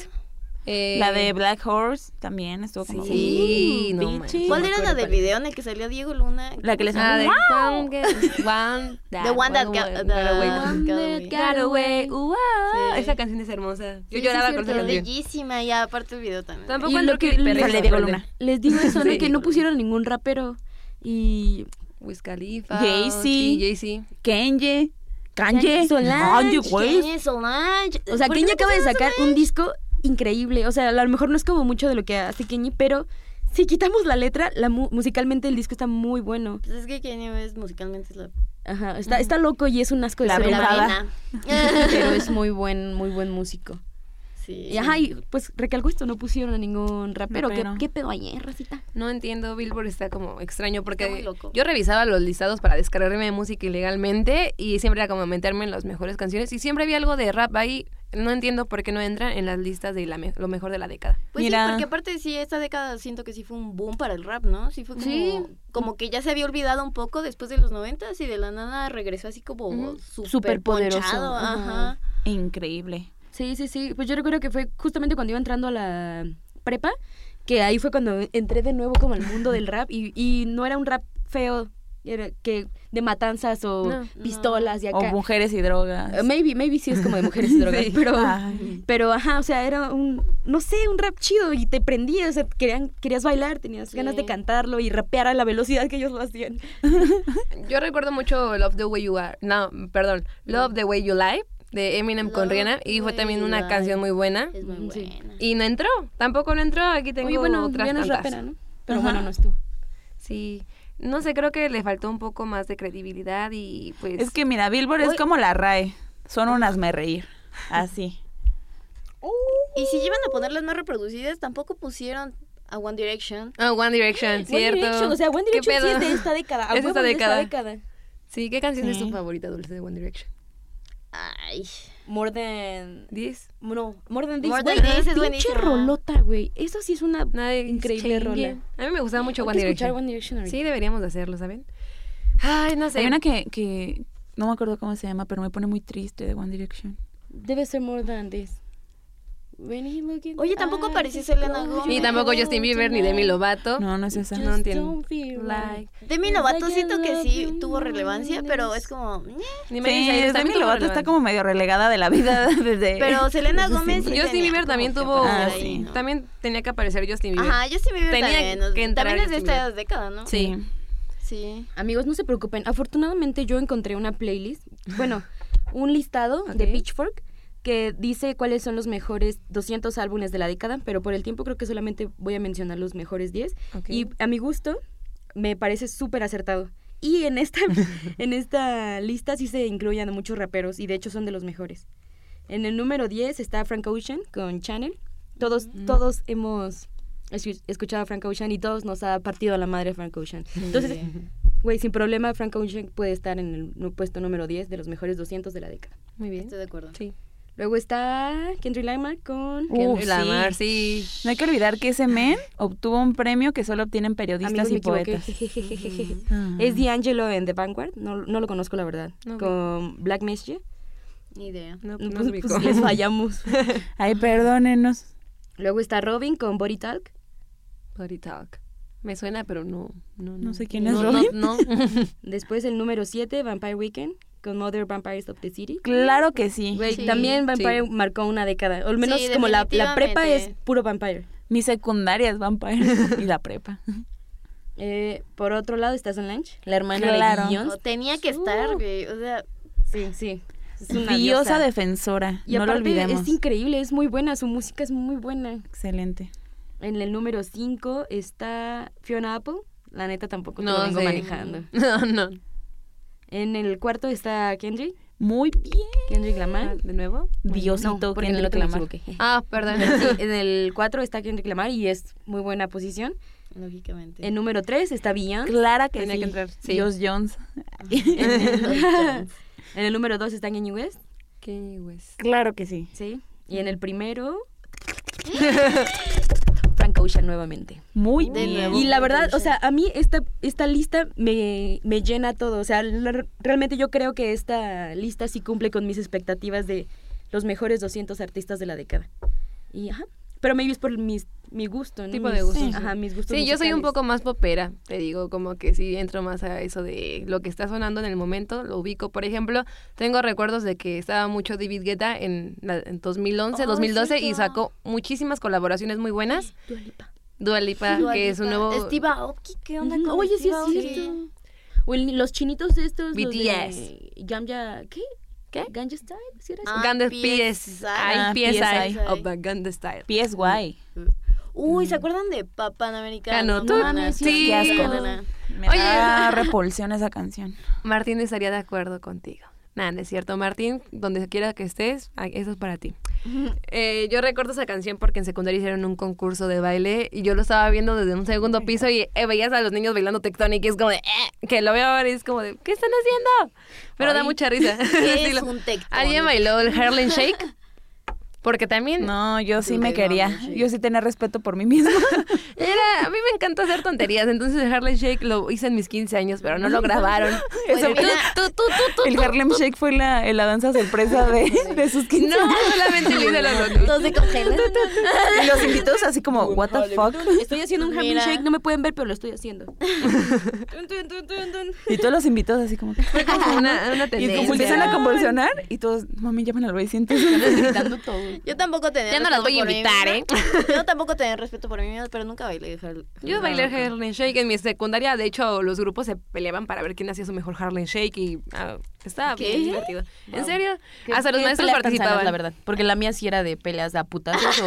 Speaker 1: eh,
Speaker 4: La de Black Horse también estuvo como...
Speaker 1: Sí,
Speaker 4: Mm,
Speaker 1: no
Speaker 4: bitches.
Speaker 1: manches.
Speaker 2: ¿Cuál
Speaker 1: me
Speaker 2: era
Speaker 1: acuerdo
Speaker 2: la del
Speaker 1: cuál era.
Speaker 2: video en el que salía Diego Luna?
Speaker 4: La que les
Speaker 1: Ah, de
Speaker 4: ¡Wow!
Speaker 1: one get- one that-
Speaker 2: The one that
Speaker 1: one
Speaker 2: got-
Speaker 1: got
Speaker 2: that
Speaker 1: away.
Speaker 2: got away.
Speaker 1: Got away, wow.
Speaker 2: Sí.
Speaker 1: Ah, Esa canción es hermosa. Yo
Speaker 3: Sí,
Speaker 1: lloraba
Speaker 3: sí,
Speaker 1: con
Speaker 3: es
Speaker 1: esa
Speaker 2: Pero
Speaker 1: canción.
Speaker 3: cierto.
Speaker 2: bellísima, y aparte el video también.
Speaker 1: Tampoco
Speaker 3: Y
Speaker 1: entró
Speaker 3: lo que-
Speaker 1: Katy Perry,
Speaker 4: Sale
Speaker 1: me
Speaker 4: Diego
Speaker 1: sorprende.
Speaker 4: Luna.
Speaker 3: Les digo eso, ¿no?
Speaker 1: Sí.
Speaker 3: Que no pusieron a ningún rapero. Y
Speaker 1: Wiz Khalifa.
Speaker 4: Jay-Z.
Speaker 1: sí, Jay-Z.
Speaker 4: Kenye. Kanye.
Speaker 3: Solange.
Speaker 4: Oye, güey.
Speaker 2: Kanye Solange.
Speaker 3: O sea,
Speaker 2: ¿Por qué
Speaker 3: Kenny
Speaker 2: Pues no
Speaker 3: acaba de
Speaker 2: pusieron a
Speaker 3: sacar
Speaker 2: Solange?
Speaker 3: un disco increíble. O sea, a lo mejor no es como mucho de lo que hace Kenny, pero si quitamos la letra, la mu- musicalmente el disco está muy bueno.
Speaker 2: Pues es que Kanye West musicalmente es la,
Speaker 3: Ajá, está, está loco y es un asco de
Speaker 4: La
Speaker 3: ser
Speaker 2: la
Speaker 3: humano,
Speaker 4: verdad.
Speaker 2: vena.
Speaker 3: Pero es muy buen, muy buen músico.
Speaker 2: sí.
Speaker 3: Y ajá, y pues recalco esto, no pusieron a ningún rapero. ¿Qué,
Speaker 4: Rapero.
Speaker 3: ¿Qué pedo eh, ayer, Rosita?
Speaker 1: No entiendo, Billboard está como extraño
Speaker 2: Está muy
Speaker 1: porque
Speaker 2: loco.
Speaker 1: yo revisaba los listados para descargarme de música ilegalmente y siempre era como meterme en las mejores canciones y siempre había algo de rap ahí. No entiendo por qué no entra en las listas de la me- lo mejor de la década.
Speaker 2: Pues
Speaker 4: Mira.
Speaker 2: sí, porque aparte sí, esta década siento que sí fue un boom para el rap, ¿no? Sí fue como,
Speaker 1: Sí.
Speaker 2: como que ya se había olvidado un poco después de los noventas y de la nada regresó así como
Speaker 1: Ujú.
Speaker 2: súper
Speaker 3: Superpoderoso,
Speaker 2: ponchado,
Speaker 3: ajá.
Speaker 2: Ajá.
Speaker 4: Increíble.
Speaker 3: Sí, sí, sí. Pues yo recuerdo que fue justamente cuando iba entrando a la prepa, que ahí fue cuando entré de nuevo como al mundo del rap y, y no era un rap feo, era que de matanzas o
Speaker 1: No,
Speaker 3: pistolas y
Speaker 4: O
Speaker 3: acá.
Speaker 4: mujeres y drogas.
Speaker 3: Eh, maybe, maybe sí es como de mujeres y drogas, pero,
Speaker 4: Ay.
Speaker 3: pero ajá, o sea, era un, no sé, un rap chido y te prendía, o sea, querían, querías bailar, tenías
Speaker 2: Sí.
Speaker 3: ganas de cantarlo y rapear a la velocidad que ellos lo hacían.
Speaker 1: Yo recuerdo mucho Love the Way You Are. No, perdón. Love the Way You Lie de Eminem con
Speaker 2: Love
Speaker 1: Rihanna.
Speaker 2: the
Speaker 1: Y fue
Speaker 2: way
Speaker 1: también
Speaker 2: you
Speaker 1: una
Speaker 2: lie.
Speaker 1: canción muy buena.
Speaker 2: Es muy
Speaker 3: Sí.
Speaker 2: buena.
Speaker 1: Y no entró. Tampoco no entró. Aquí tengo
Speaker 3: Oye, bueno,
Speaker 1: otras
Speaker 3: Rihanna es
Speaker 1: tantas.
Speaker 3: rapera, ¿no? Pero
Speaker 4: Ajá.
Speaker 3: bueno, no estuvo.
Speaker 1: Sí. No sé, creo que le faltó un poco más de credibilidad y pues...
Speaker 4: Es que mira, Billboard es como la RAE. Son unas me reír. Así. Oh.
Speaker 2: Y si llevan a poner las más reproducidas, tampoco pusieron a One Direction.
Speaker 1: Ah, One Direction, cierto.
Speaker 3: One Direction, o sea, One
Speaker 1: ¿Qué
Speaker 3: Direction sí
Speaker 1: pedo?
Speaker 3: es de esta década. a
Speaker 1: Es de esta
Speaker 3: huevo de
Speaker 1: década.
Speaker 3: década.
Speaker 1: Sí, ¿qué canción es
Speaker 4: Sí.
Speaker 1: tu favorita, Dulce, de One Direction?
Speaker 2: Ay.
Speaker 3: More than.
Speaker 1: ¿Diez?
Speaker 3: No, More than this.
Speaker 2: More
Speaker 3: güey,
Speaker 2: Than This es
Speaker 3: pinche
Speaker 2: buenísima.
Speaker 3: rolota, güey. Eso sí es una
Speaker 1: Nadie
Speaker 3: increíble rola.
Speaker 1: A mí me gustaba mucho
Speaker 3: Hay
Speaker 1: One
Speaker 3: que escuchar
Speaker 1: Direction.
Speaker 3: One Direction ahorita.
Speaker 1: Sí, deberíamos de hacerlo, ¿saben? Ay, no sé.
Speaker 4: Hay una que, que no me acuerdo cómo se llama, pero me pone muy triste de One Direction.
Speaker 3: Debe ser More than this. When he looking-
Speaker 2: Oye, tampoco
Speaker 3: I
Speaker 2: apareció
Speaker 3: just
Speaker 2: Selena
Speaker 3: love
Speaker 2: Gomez.
Speaker 1: Ni
Speaker 3: you
Speaker 1: tampoco Justin Bieber ni Demi Lovato.
Speaker 4: No, no es esa.
Speaker 1: No entiendo.
Speaker 3: Don't be right.
Speaker 2: Demi
Speaker 1: Pues
Speaker 3: It's
Speaker 2: Lovato
Speaker 3: like I
Speaker 2: siento que
Speaker 3: love
Speaker 2: sí
Speaker 3: you
Speaker 2: tuvo relevancia,
Speaker 3: more
Speaker 2: pero
Speaker 3: than
Speaker 2: es como... ñe.
Speaker 1: Ni
Speaker 4: Sí,
Speaker 1: Miley Cyrus,
Speaker 4: es
Speaker 1: también
Speaker 4: Demi
Speaker 1: tuvo
Speaker 4: Lovato está
Speaker 1: relevancia.
Speaker 4: como medio relegada de la vida desde...
Speaker 2: Pero
Speaker 1: eh,
Speaker 2: Selena
Speaker 1: pues
Speaker 2: Gómez... sí
Speaker 1: Justin
Speaker 2: tenía
Speaker 1: Bieber
Speaker 2: como
Speaker 1: también
Speaker 2: que
Speaker 1: tuvo...
Speaker 4: Ah,
Speaker 2: aparecer
Speaker 4: sí.
Speaker 2: ahí, ¿no?
Speaker 1: También tenía que aparecer Justin Bieber.
Speaker 2: Ajá, Justin Bieber
Speaker 1: Tenía
Speaker 2: también. ¿no?
Speaker 1: que entrar
Speaker 2: también es de
Speaker 1: Justin
Speaker 2: esta década, ¿no?
Speaker 1: Sí.
Speaker 2: Sí.
Speaker 3: Amigos, no se preocupen. Afortunadamente yo encontré una playlist, bueno, un listado de
Speaker 1: Ok.
Speaker 3: Pitchfork que dice cuáles son los mejores 200 álbumes de la década, pero por el tiempo creo que solamente voy a mencionar los mejores 10.
Speaker 1: Ok.
Speaker 3: Y a mi gusto me parece súper acertado. Y en esta, en esta lista sí se incluyen a muchos raperos y de hecho son de los mejores. En el número 10 está Frank Ocean con Channel. Todos, todos hemos escu- escuchado a Frank Ocean y todos nos ha partido a la madre Frank Ocean. Entonces, güey, sin problema, Frank Ocean puede estar en el nu- puesto número 10 de los mejores 200 de la década.
Speaker 1: Muy bien.
Speaker 2: Estoy de acuerdo.
Speaker 1: Sí.
Speaker 3: Luego está Kendrick Lamar con...
Speaker 4: Uh,
Speaker 1: Kendrick
Speaker 4: sí.
Speaker 1: Lamar, sí.
Speaker 4: No hay que olvidar que ese men obtuvo un premio que solo obtienen periodistas
Speaker 3: Amigos, me
Speaker 4: y
Speaker 3: equivoqué.
Speaker 4: poetas.
Speaker 3: Ah. Es D'Angelo en The Vanguard, no, no lo conozco la verdad,
Speaker 1: No,
Speaker 3: con Black Messiah.
Speaker 2: Ni idea.
Speaker 1: No,
Speaker 3: No,
Speaker 1: no
Speaker 3: pues,
Speaker 1: lo ubico.
Speaker 3: pues, les fallamos.
Speaker 4: Ay, perdónenos.
Speaker 3: Luego está Robin con Body Talk.
Speaker 1: Body Talk. Me suena, pero no. No,
Speaker 4: No sé quién es
Speaker 1: no,
Speaker 4: Robin.
Speaker 1: No,
Speaker 3: Después el número 7, Vampire Weekend, con Mother Vampires of the City.
Speaker 4: Claro que sí.
Speaker 3: Güey,
Speaker 2: Sí.
Speaker 3: también Vampire
Speaker 4: Sí.
Speaker 3: marcó una década. O al menos
Speaker 2: Sí,
Speaker 3: como la, la prepa es
Speaker 2: definitivamente.
Speaker 3: puro Vampire.
Speaker 4: Mi secundaria es Vampire y la prepa.
Speaker 3: Eh, por otro lado está Sun Lange, la hermana
Speaker 4: Claro.
Speaker 3: de Guion.
Speaker 2: O tenía que estar, güey. O sea,
Speaker 3: Sí, sí. Es una
Speaker 4: Diosa
Speaker 3: diosa.
Speaker 4: defensora.
Speaker 3: Y
Speaker 4: no lo
Speaker 3: aparte
Speaker 4: olvidemos.
Speaker 3: es increíble, es muy buena, su música es muy buena.
Speaker 4: Excelente.
Speaker 3: En el número 5 está Fiona Apple. La neta tampoco te
Speaker 1: no
Speaker 3: lo vengo
Speaker 1: sé.
Speaker 3: manejando.
Speaker 1: No, no.
Speaker 3: En el cuarto está Kendrick,
Speaker 4: Muy bien.
Speaker 3: Kendrick Lamar.
Speaker 1: Ah, ¿De nuevo?
Speaker 4: Diosito,
Speaker 3: No, porque en el
Speaker 4: Kendrick
Speaker 3: otro me
Speaker 4: Lamar.
Speaker 3: equivoqué.
Speaker 1: Ah, perdón.
Speaker 3: Sí, en el 4 está Kendrick Lamar y es muy buena posición.
Speaker 2: lógicamente.
Speaker 3: En número 3 está Beyoncé.
Speaker 4: Clara que
Speaker 1: Tenía
Speaker 4: sí.
Speaker 1: que entrar. Sí.
Speaker 4: Dios Jones.
Speaker 3: en el número 2 está Kanye West.
Speaker 1: Kanye West.
Speaker 4: Claro que sí.
Speaker 3: Sí. Y en el primero. Frank Ocean nuevamente.
Speaker 4: Muy
Speaker 2: De
Speaker 4: bien.
Speaker 2: nuevo.
Speaker 3: Y la verdad,
Speaker 2: Frank
Speaker 3: o sea, a mí esta, esta lista me, me llena todo. O sea, la- realmente yo creo que esta lista sí cumple con mis expectativas de los mejores 200 artistas de la década. Y ajá. Pero maybe es por mis, mi gusto, ¿no?
Speaker 1: Tipo de
Speaker 3: Mis-
Speaker 1: gustos, sí.
Speaker 3: Ajá, mis gustos.
Speaker 1: Sí, yo soy un
Speaker 3: musicales.
Speaker 1: poco más popera, te digo, como que sí entro más a eso de lo que está sonando en el momento, lo ubico. Por ejemplo, tengo recuerdos de que estaba mucho David Guetta en, la- en 2011,
Speaker 2: Oh,
Speaker 1: 2012 y
Speaker 2: cierto.
Speaker 1: sacó muchísimas colaboraciones muy buenas. Dua Lipa. que es un nuevo...
Speaker 2: Steve Aoki, ¿qué onda
Speaker 3: Ujú,
Speaker 2: con
Speaker 3: Oye, sí
Speaker 2: Steve
Speaker 3: es
Speaker 2: Aoki?
Speaker 3: cierto. O el- los chinitos de estos. los de
Speaker 1: BTS.
Speaker 3: Ganja. ¿Qué?
Speaker 1: ¿Qué?
Speaker 3: Ganja Style. ¿Sí era eso?
Speaker 2: Ah,
Speaker 1: Ganda
Speaker 2: PSI.
Speaker 1: PSI.
Speaker 4: Ah,
Speaker 1: PSI.
Speaker 2: PSI.
Speaker 1: Of the Ganda Style.
Speaker 4: PSY.
Speaker 2: Uy, ¿se acuerdan de Pa- Panamericano?
Speaker 1: Mm. Ganó tú.
Speaker 2: mames,
Speaker 1: Sí.
Speaker 2: qué
Speaker 4: Qué
Speaker 2: asco,
Speaker 4: asco.
Speaker 2: nana.
Speaker 4: Me
Speaker 1: Oye.
Speaker 4: da repulsión esa canción.
Speaker 1: Martín estaría de acuerdo contigo. Nada, no es cierto. Martín, donde quiera que estés, a- eso es para ti. Eh, yo recuerdo esa canción porque en secundaria hicieron un concurso de baile y yo lo estaba viendo desde un
Speaker 2: Oh
Speaker 1: segundo piso y eh, veías a los niños bailando tectónica y es como de, eh, que lo veo ahora y es como de, ¿qué están haciendo? Pero da
Speaker 4: Ay,
Speaker 1: mucha risa.
Speaker 2: ¿Qué
Speaker 1: Sí,
Speaker 2: es
Speaker 1: lo-
Speaker 2: un tectónico?
Speaker 1: ¿Alguien bailó el Harlem Shake? Porque también
Speaker 4: No, yo sí
Speaker 2: Tú
Speaker 4: me
Speaker 2: te
Speaker 4: quería.
Speaker 2: mamas, sí.
Speaker 4: Yo sí tenía respeto por mí misma.
Speaker 1: era, a mí me encanta hacer tonterías, entonces el Harlem Shake lo hice en mis 15 años, pero no lo grabaron. Pues, Tú,
Speaker 4: Eso-
Speaker 1: tú, tú, tú, tú,
Speaker 4: el Harlem Shake fue la, la danza sorpresa de, de sus 15
Speaker 1: No, solamente lo hice a los
Speaker 2: Todos se congelan.
Speaker 4: Y los invitados así como, what the fuck.
Speaker 3: Estoy haciendo un
Speaker 2: pues Mira.
Speaker 3: handshake, no me pueden ver, pero lo estoy haciendo. Tun, tun, tun, tun, tun.
Speaker 4: Y todos los invitados así como,
Speaker 1: Fue como una, una
Speaker 4: y
Speaker 1: tendencia.
Speaker 4: como empiezan a convulsionar y todos, mami, llaman al 900.
Speaker 2: Yo tampoco tenía
Speaker 1: Ya no las
Speaker 2: respeto
Speaker 1: voy a
Speaker 2: por mí
Speaker 1: invitar, ¿eh?
Speaker 2: misma. Yo tampoco tenía respeto por mí misma, pero nunca bailé Har-
Speaker 1: Yo bailé Harlem Shake en mi secundaria. De hecho, los grupos se peleaban para ver quién hacía su mejor Harlem Shake y ah, estaba
Speaker 2: ¿Qué?
Speaker 1: bien divertido. ¿En serio?
Speaker 3: Qué-
Speaker 1: Hasta los
Speaker 3: qué
Speaker 1: maestros
Speaker 3: peleas tan sanas,
Speaker 1: participaban.
Speaker 3: la verdad. Porque la mía sí era de peleas de a putazos o...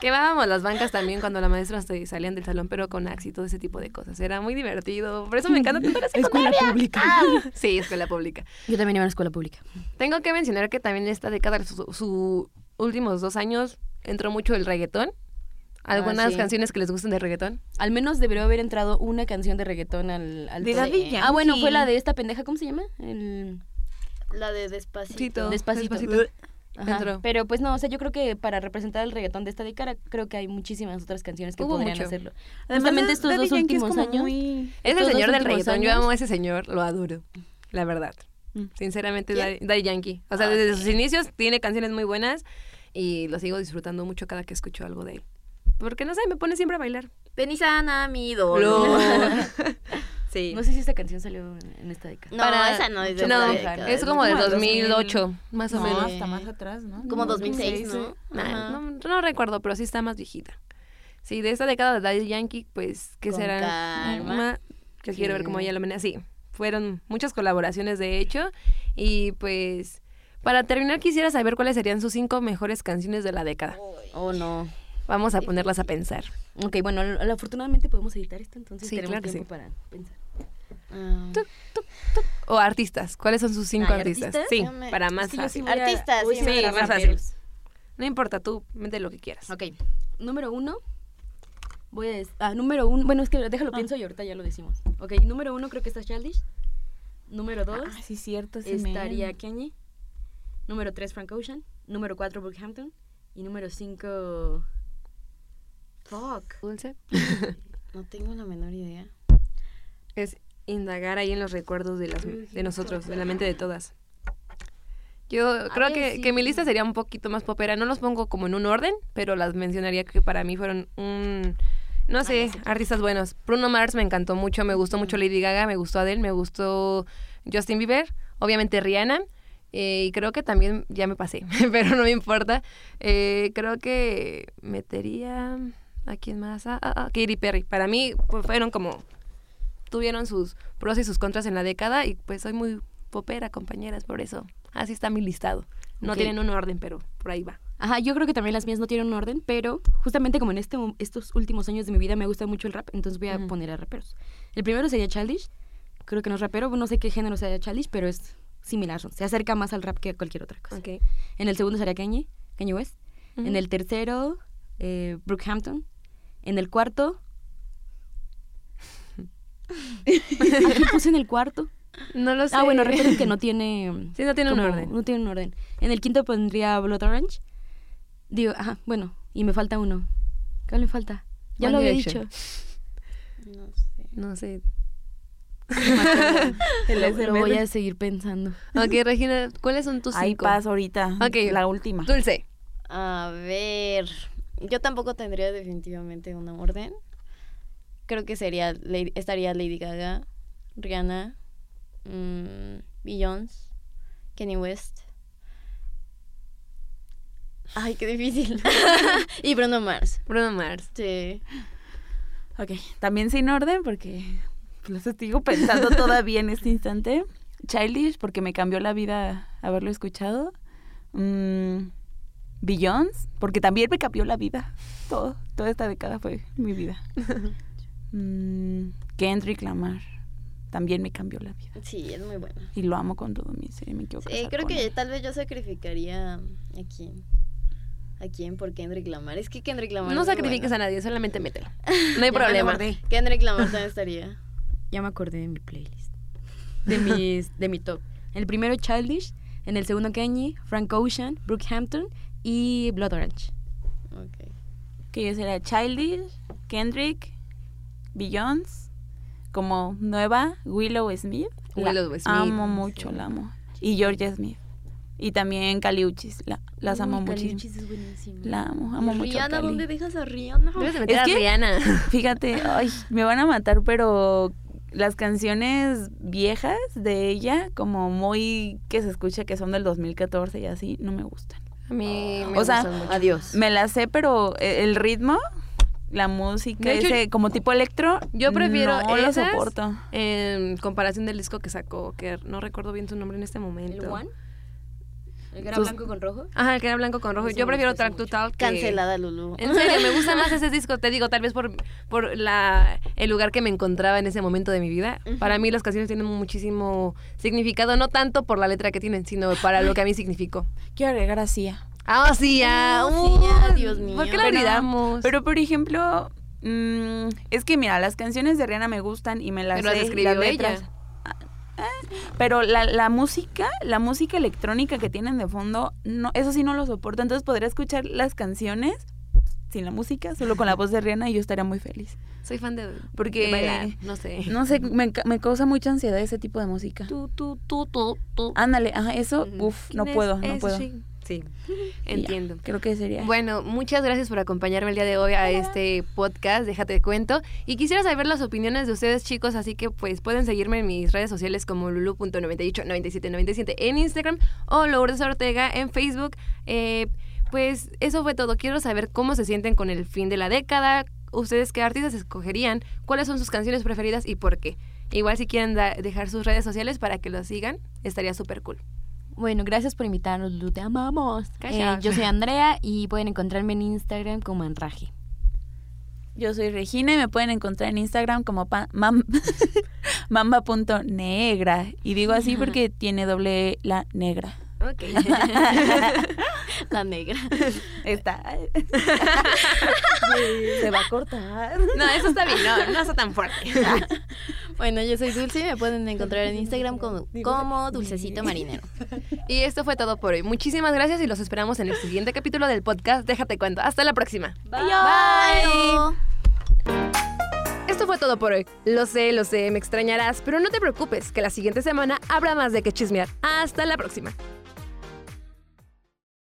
Speaker 1: Quemábamos las bancas también cuando las maestras se salían del salón, pero con Axe y todo ese tipo de cosas. Era muy divertido. Por eso me encanta tanto la
Speaker 4: Escuela
Speaker 1: secundaria. Ah.
Speaker 4: pública.
Speaker 1: Sí, escuela pública.
Speaker 3: Yo también iba a la escuela pública.
Speaker 1: Tengo que mencionar que también esta década, sus últimos dos años, entró mucho el reggaetón. Algunas
Speaker 3: Ah, sí.
Speaker 1: canciones que les gusten de reggaetón.
Speaker 3: Al menos debería haber entrado una canción de reggaetón al... al
Speaker 4: De
Speaker 3: top.
Speaker 4: Daddy
Speaker 3: Ah, bueno,
Speaker 4: Yankee.
Speaker 3: fue la de esta pendeja, ¿cómo se llama? El...
Speaker 2: La de Despacito.
Speaker 1: Despacito.
Speaker 3: Despacito. Ajá.
Speaker 1: Entró.
Speaker 3: Pero pues no, o sea, yo creo que para representar el reggaetón de esta década, creo que hay muchísimas otras canciones que
Speaker 1: Hubo
Speaker 3: podrían
Speaker 1: mucho.
Speaker 3: hacerlo. Justamente estos
Speaker 4: Daddy
Speaker 3: dos
Speaker 4: Yankee es
Speaker 3: últimos
Speaker 4: como
Speaker 3: años.
Speaker 4: muy-
Speaker 1: Es el
Speaker 3: Estos dos
Speaker 1: señor del
Speaker 3: últimos
Speaker 1: reggaetón. Yo
Speaker 3: años.
Speaker 1: amo a ese señor, lo adoro. La verdad.
Speaker 4: Mm.
Speaker 1: Sinceramente,
Speaker 2: ¿Quién?
Speaker 1: Daddy Daddy Yankee. O sea, desde sus inicios tiene canciones muy buenas y lo sigo disfrutando mucho cada que escucho algo de él. Porque no sé, me pone siempre a bailar.
Speaker 2: Benizana, mi
Speaker 1: Lo-
Speaker 2: dolor.
Speaker 1: sí.
Speaker 3: No sé si esta canción salió en esta década.
Speaker 2: No, esa no es de
Speaker 1: No,
Speaker 2: otra década,
Speaker 1: es
Speaker 2: es
Speaker 1: como
Speaker 2: como
Speaker 1: del
Speaker 2: del
Speaker 1: 2008, más o
Speaker 4: No,
Speaker 1: menos.
Speaker 4: hasta más atrás, ¿no?
Speaker 2: Como 2006,
Speaker 4: sí.
Speaker 2: ¿no?
Speaker 1: Nah,
Speaker 2: Ajá.
Speaker 1: no, no recuerdo, pero sí está más viejita. Sí, de esta década de Daddy Yankee, pues, ¿qué
Speaker 2: Con
Speaker 1: será?
Speaker 2: calma.
Speaker 1: Ma- Yo quiero ver cómo ella lo maneja. Sí, fueron muchas colaboraciones, de hecho. Y pues, para terminar, quisiera saber cuáles serían sus cinco mejores canciones de la década.
Speaker 3: Oh, no.
Speaker 1: Vamos a ponerlas a pensar.
Speaker 3: Ok, bueno, al- afortunadamente podemos editar esto, entonces
Speaker 1: Sí,
Speaker 3: tenemos
Speaker 1: claro que
Speaker 3: tiempo
Speaker 1: sí.
Speaker 3: para pensar.
Speaker 2: Ah.
Speaker 1: O artistas, ¿cuáles son sus cinco
Speaker 3: Ay,
Speaker 1: artistas?
Speaker 3: ¿artistas?
Speaker 1: Sí,
Speaker 2: Ya me-
Speaker 1: para más
Speaker 3: Es que yo sí
Speaker 1: fácil.
Speaker 3: voy a-
Speaker 2: Artistas,
Speaker 3: voy
Speaker 2: sí,
Speaker 3: a hacer
Speaker 1: sí,
Speaker 3: los
Speaker 1: más fácil.
Speaker 3: raperos.
Speaker 1: No importa, tú mete lo que quieras.
Speaker 3: Ok. Número uno. Voy a des- Ah, número uno. Bueno, es que déjalo,
Speaker 1: Ah.
Speaker 3: pienso y ahorita ya lo decimos. Ok, número uno creo que está Childish. Número dos
Speaker 4: Ah, sí, cierto.
Speaker 3: Pues
Speaker 4: sí, men.
Speaker 3: estaría Kanye. Número tres, Frank Ocean. Número cuatro, Brookhampton. Y número cinco... Fuck.
Speaker 1: Dulce.
Speaker 2: No tengo la menor idea.
Speaker 1: es indagar ahí en los recuerdos de, las, de nosotros, de la mente de todas. Yo creo
Speaker 3: ver,
Speaker 1: que,
Speaker 3: sí.
Speaker 1: que mi lista sería un poquito más popera. No los pongo como en un orden, pero las mencionaría que para mí fueron un No sé, artistas buenos. Bruno Mars me encantó mucho, me gustó mucho Lady Gaga, me gustó Adele, me gustó Justin Bieber, obviamente Rihanna. eh, y creo que también ya me pasé, pero no me importa. Eh, creo que metería. ¿A quién más? Ah, ah, ah, Katy Perry. Para mí pues, fueron como. Tuvieron sus pros y sus contras en la década y pues soy muy popera, compañeras, por eso. Así está mi listado. No
Speaker 3: Ok.
Speaker 1: tienen un orden, pero por ahí va.
Speaker 3: Ajá, yo creo que también las mías no tienen un orden, pero justamente como en este, mo- estos últimos años de mi vida me gusta mucho el rap, entonces voy a
Speaker 1: Ujú.
Speaker 3: poner a raperos. El primero sería Childish, creo que no es rapero, no sé qué género sea Childish, pero es similar, se acerca más al rap que a cualquier otra cosa.
Speaker 1: Ok.
Speaker 3: En el segundo sería Kanye, Kanye West.
Speaker 1: Ujú.
Speaker 3: En el tercero, eh, Brookhampton. En el cuarto... ¿A quién puse en el cuarto?
Speaker 1: No lo sé.
Speaker 3: Ah, bueno, recuerden que no tiene...
Speaker 1: Sí, no tiene un
Speaker 3: como-
Speaker 1: orden.
Speaker 3: No tiene un orden. En el quinto pondría Blood Orange. Digo, ajá, bueno, y me falta uno. ¿Cuál me falta? Ya
Speaker 1: One
Speaker 3: lo había
Speaker 1: Direction.
Speaker 3: dicho.
Speaker 2: No sé.
Speaker 1: No sé.
Speaker 3: Lo, lo voy a seguir pensando.
Speaker 1: ok, Regina, ¿cuáles son tus
Speaker 4: Ahí
Speaker 1: cinco?
Speaker 4: paso ahorita.
Speaker 1: Ok.
Speaker 4: La última.
Speaker 1: Dulce.
Speaker 2: A ver. Yo tampoco tendría definitivamente una orden. Creo que sería Lady- estaría Lady Gaga, Rihanna, mm, Beyoncé, Kanye West. Ay, qué difícil. y Bruno Mars. Este,
Speaker 1: Bruno Mars.
Speaker 2: Sí.
Speaker 4: Ok, también sin orden porque los sigo pensando todavía en este instante. Childish porque me cambió la vida haberlo escuchado. Mm, Billions porque también me cambió la vida. Todo, toda esta década fue mi vida. Mm, Kendrick Lamar también me cambió la vida
Speaker 2: Sí, es muy bueno.
Speaker 4: y lo amo con todo mi ser y me quiero
Speaker 2: Sí,
Speaker 4: casar
Speaker 2: creo
Speaker 4: con
Speaker 2: que
Speaker 4: él.
Speaker 2: tal vez yo sacrificaría a quién. ¿A quién? Por Kendrick Lamar. Es que Kendrick Lamar.
Speaker 1: No
Speaker 2: es muy
Speaker 1: sacrifiques
Speaker 2: bueno.
Speaker 1: a nadie, solamente mételo. No hay
Speaker 2: Ya me
Speaker 1: problema.
Speaker 2: acordé. Kendrick Lamar también estaría.
Speaker 3: Ya me acordé de mi playlist. De, mis, de mi top. El primero, Childish. En el segundo, Kanye, Frank Ocean, Brookhampton y Blood Orange.
Speaker 2: Ok.
Speaker 4: que yo sería Childish, Kendrick, Beyoncé, como nueva Willow Smith. La
Speaker 1: Willow Smith.
Speaker 4: Amo mucho, la amo. Y Georgia Smith. Y también Caliuchis, la, las amo muchísimo.
Speaker 3: es buenísimo.
Speaker 4: La amo, amo mucho. a
Speaker 2: Rihanna,
Speaker 4: Cali.
Speaker 2: ¿dónde dejas a Rihanna?
Speaker 1: Debes de meter
Speaker 4: Es
Speaker 1: a
Speaker 4: que-
Speaker 1: Rihanna.
Speaker 4: Fíjate, ay, me van a matar, pero las canciones viejas de ella, como muy que se escucha que son del 2014 y así, no me gustan.
Speaker 1: A
Speaker 2: Oh.
Speaker 1: mí me
Speaker 4: O sea,
Speaker 1: gustan mucho.
Speaker 2: Adiós.
Speaker 4: Me las sé, pero e- el ritmo, la música,
Speaker 1: De hecho,
Speaker 4: ese como tipo electro,
Speaker 1: yo prefiero
Speaker 4: no lo
Speaker 1: esas.
Speaker 4: soporto.
Speaker 1: En comparación del disco que sacó, que no recuerdo bien su nombre en este momento.
Speaker 3: ¿El One? ¿El que era
Speaker 4: Sus-
Speaker 3: blanco con rojo?
Speaker 1: Ajá, el que era blanco con rojo.
Speaker 3: Ese
Speaker 1: Yo
Speaker 3: me
Speaker 1: prefiero
Speaker 3: gustó
Speaker 1: Track to
Speaker 3: mucho.
Speaker 1: Tal. que-
Speaker 2: Cancelada, Lulu.
Speaker 1: En serio, me gusta más ese disco, te digo, tal vez por, por la, el lugar que me encontraba en ese momento de mi vida.
Speaker 2: Ujú.
Speaker 1: Para mí las canciones tienen muchísimo significado, no tanto por la letra que tienen, sino para lo que a mí significó.
Speaker 4: Quiero agregar a Sia.
Speaker 1: Ah, sí, ya.
Speaker 2: Ah,
Speaker 1: Uh,
Speaker 2: sí, ya, Dios mío.
Speaker 1: ¿Por qué la
Speaker 2: Pero-
Speaker 1: olvidamos?
Speaker 4: Pero por ejemplo, mm, es que mira, las canciones de Rihanna me gustan y me las
Speaker 1: Pero las
Speaker 4: sé,
Speaker 1: escribió
Speaker 4: las letras.
Speaker 1: ella.
Speaker 4: Ah, eh, Pero la, la música, la música electrónica que tienen de fondo, no, eso sí no lo soporto. Entonces podría escuchar las canciones sin la música, solo con la voz de Rihanna y yo estaría muy feliz.
Speaker 1: Soy fan de,
Speaker 4: Porque-
Speaker 1: de bailar, no sé.
Speaker 4: No sé, me, ca- me causa mucha ansiedad ese tipo de música.
Speaker 1: Eh. Tú, tú, tú, tú, tú.
Speaker 4: Ándale, ajá, eso,
Speaker 3: Ujú.
Speaker 4: uff, no
Speaker 1: ¿Quién es
Speaker 4: puedo, no
Speaker 1: ese
Speaker 4: puedo.
Speaker 1: chico? Sí,
Speaker 4: Y ya,
Speaker 1: entiendo.
Speaker 4: creo que sería.
Speaker 1: Bueno, muchas gracias por acompañarme el día de hoy a este podcast, déjate cuento. Y quisiera saber las opiniones de ustedes, chicos, así que pues pueden seguirme en mis redes sociales como lulu.989797 en Instagram o Lourdes Ortega en Facebook. Eh, pues eso fue todo. Quiero saber cómo se sienten con el fin de la década, ustedes qué artistas escogerían, cuáles son sus canciones preferidas y por qué. Igual si quieren da- dejar sus redes sociales para que lo sigan, estaría súper cool.
Speaker 3: Bueno, gracias por invitarnos, Lu, te amamos.
Speaker 1: Gracias.
Speaker 3: Eh, yo soy Andrea y pueden encontrarme en Instagram como Anraje.
Speaker 4: Yo soy Regina y me pueden encontrar en Instagram como pa- mam- mamba.negra. Y digo así porque tiene doble E, la negra.
Speaker 1: Ok.
Speaker 2: La negra.
Speaker 4: Está. Se va a cortar.
Speaker 1: No, eso está bien, no, no está tan fuerte.
Speaker 2: Bueno, yo soy Dulce y me pueden encontrar en Instagram como, como Dulcecito Marinero.
Speaker 1: Y esto fue todo por hoy. Muchísimas gracias y los esperamos en el siguiente capítulo del podcast. Déjate cuento. Hasta la próxima.
Speaker 2: Bye.
Speaker 1: Esto fue todo por hoy. Lo sé, lo sé, me extrañarás, pero no te preocupes, que la siguiente semana habrá más de qué chismear. Hasta la próxima.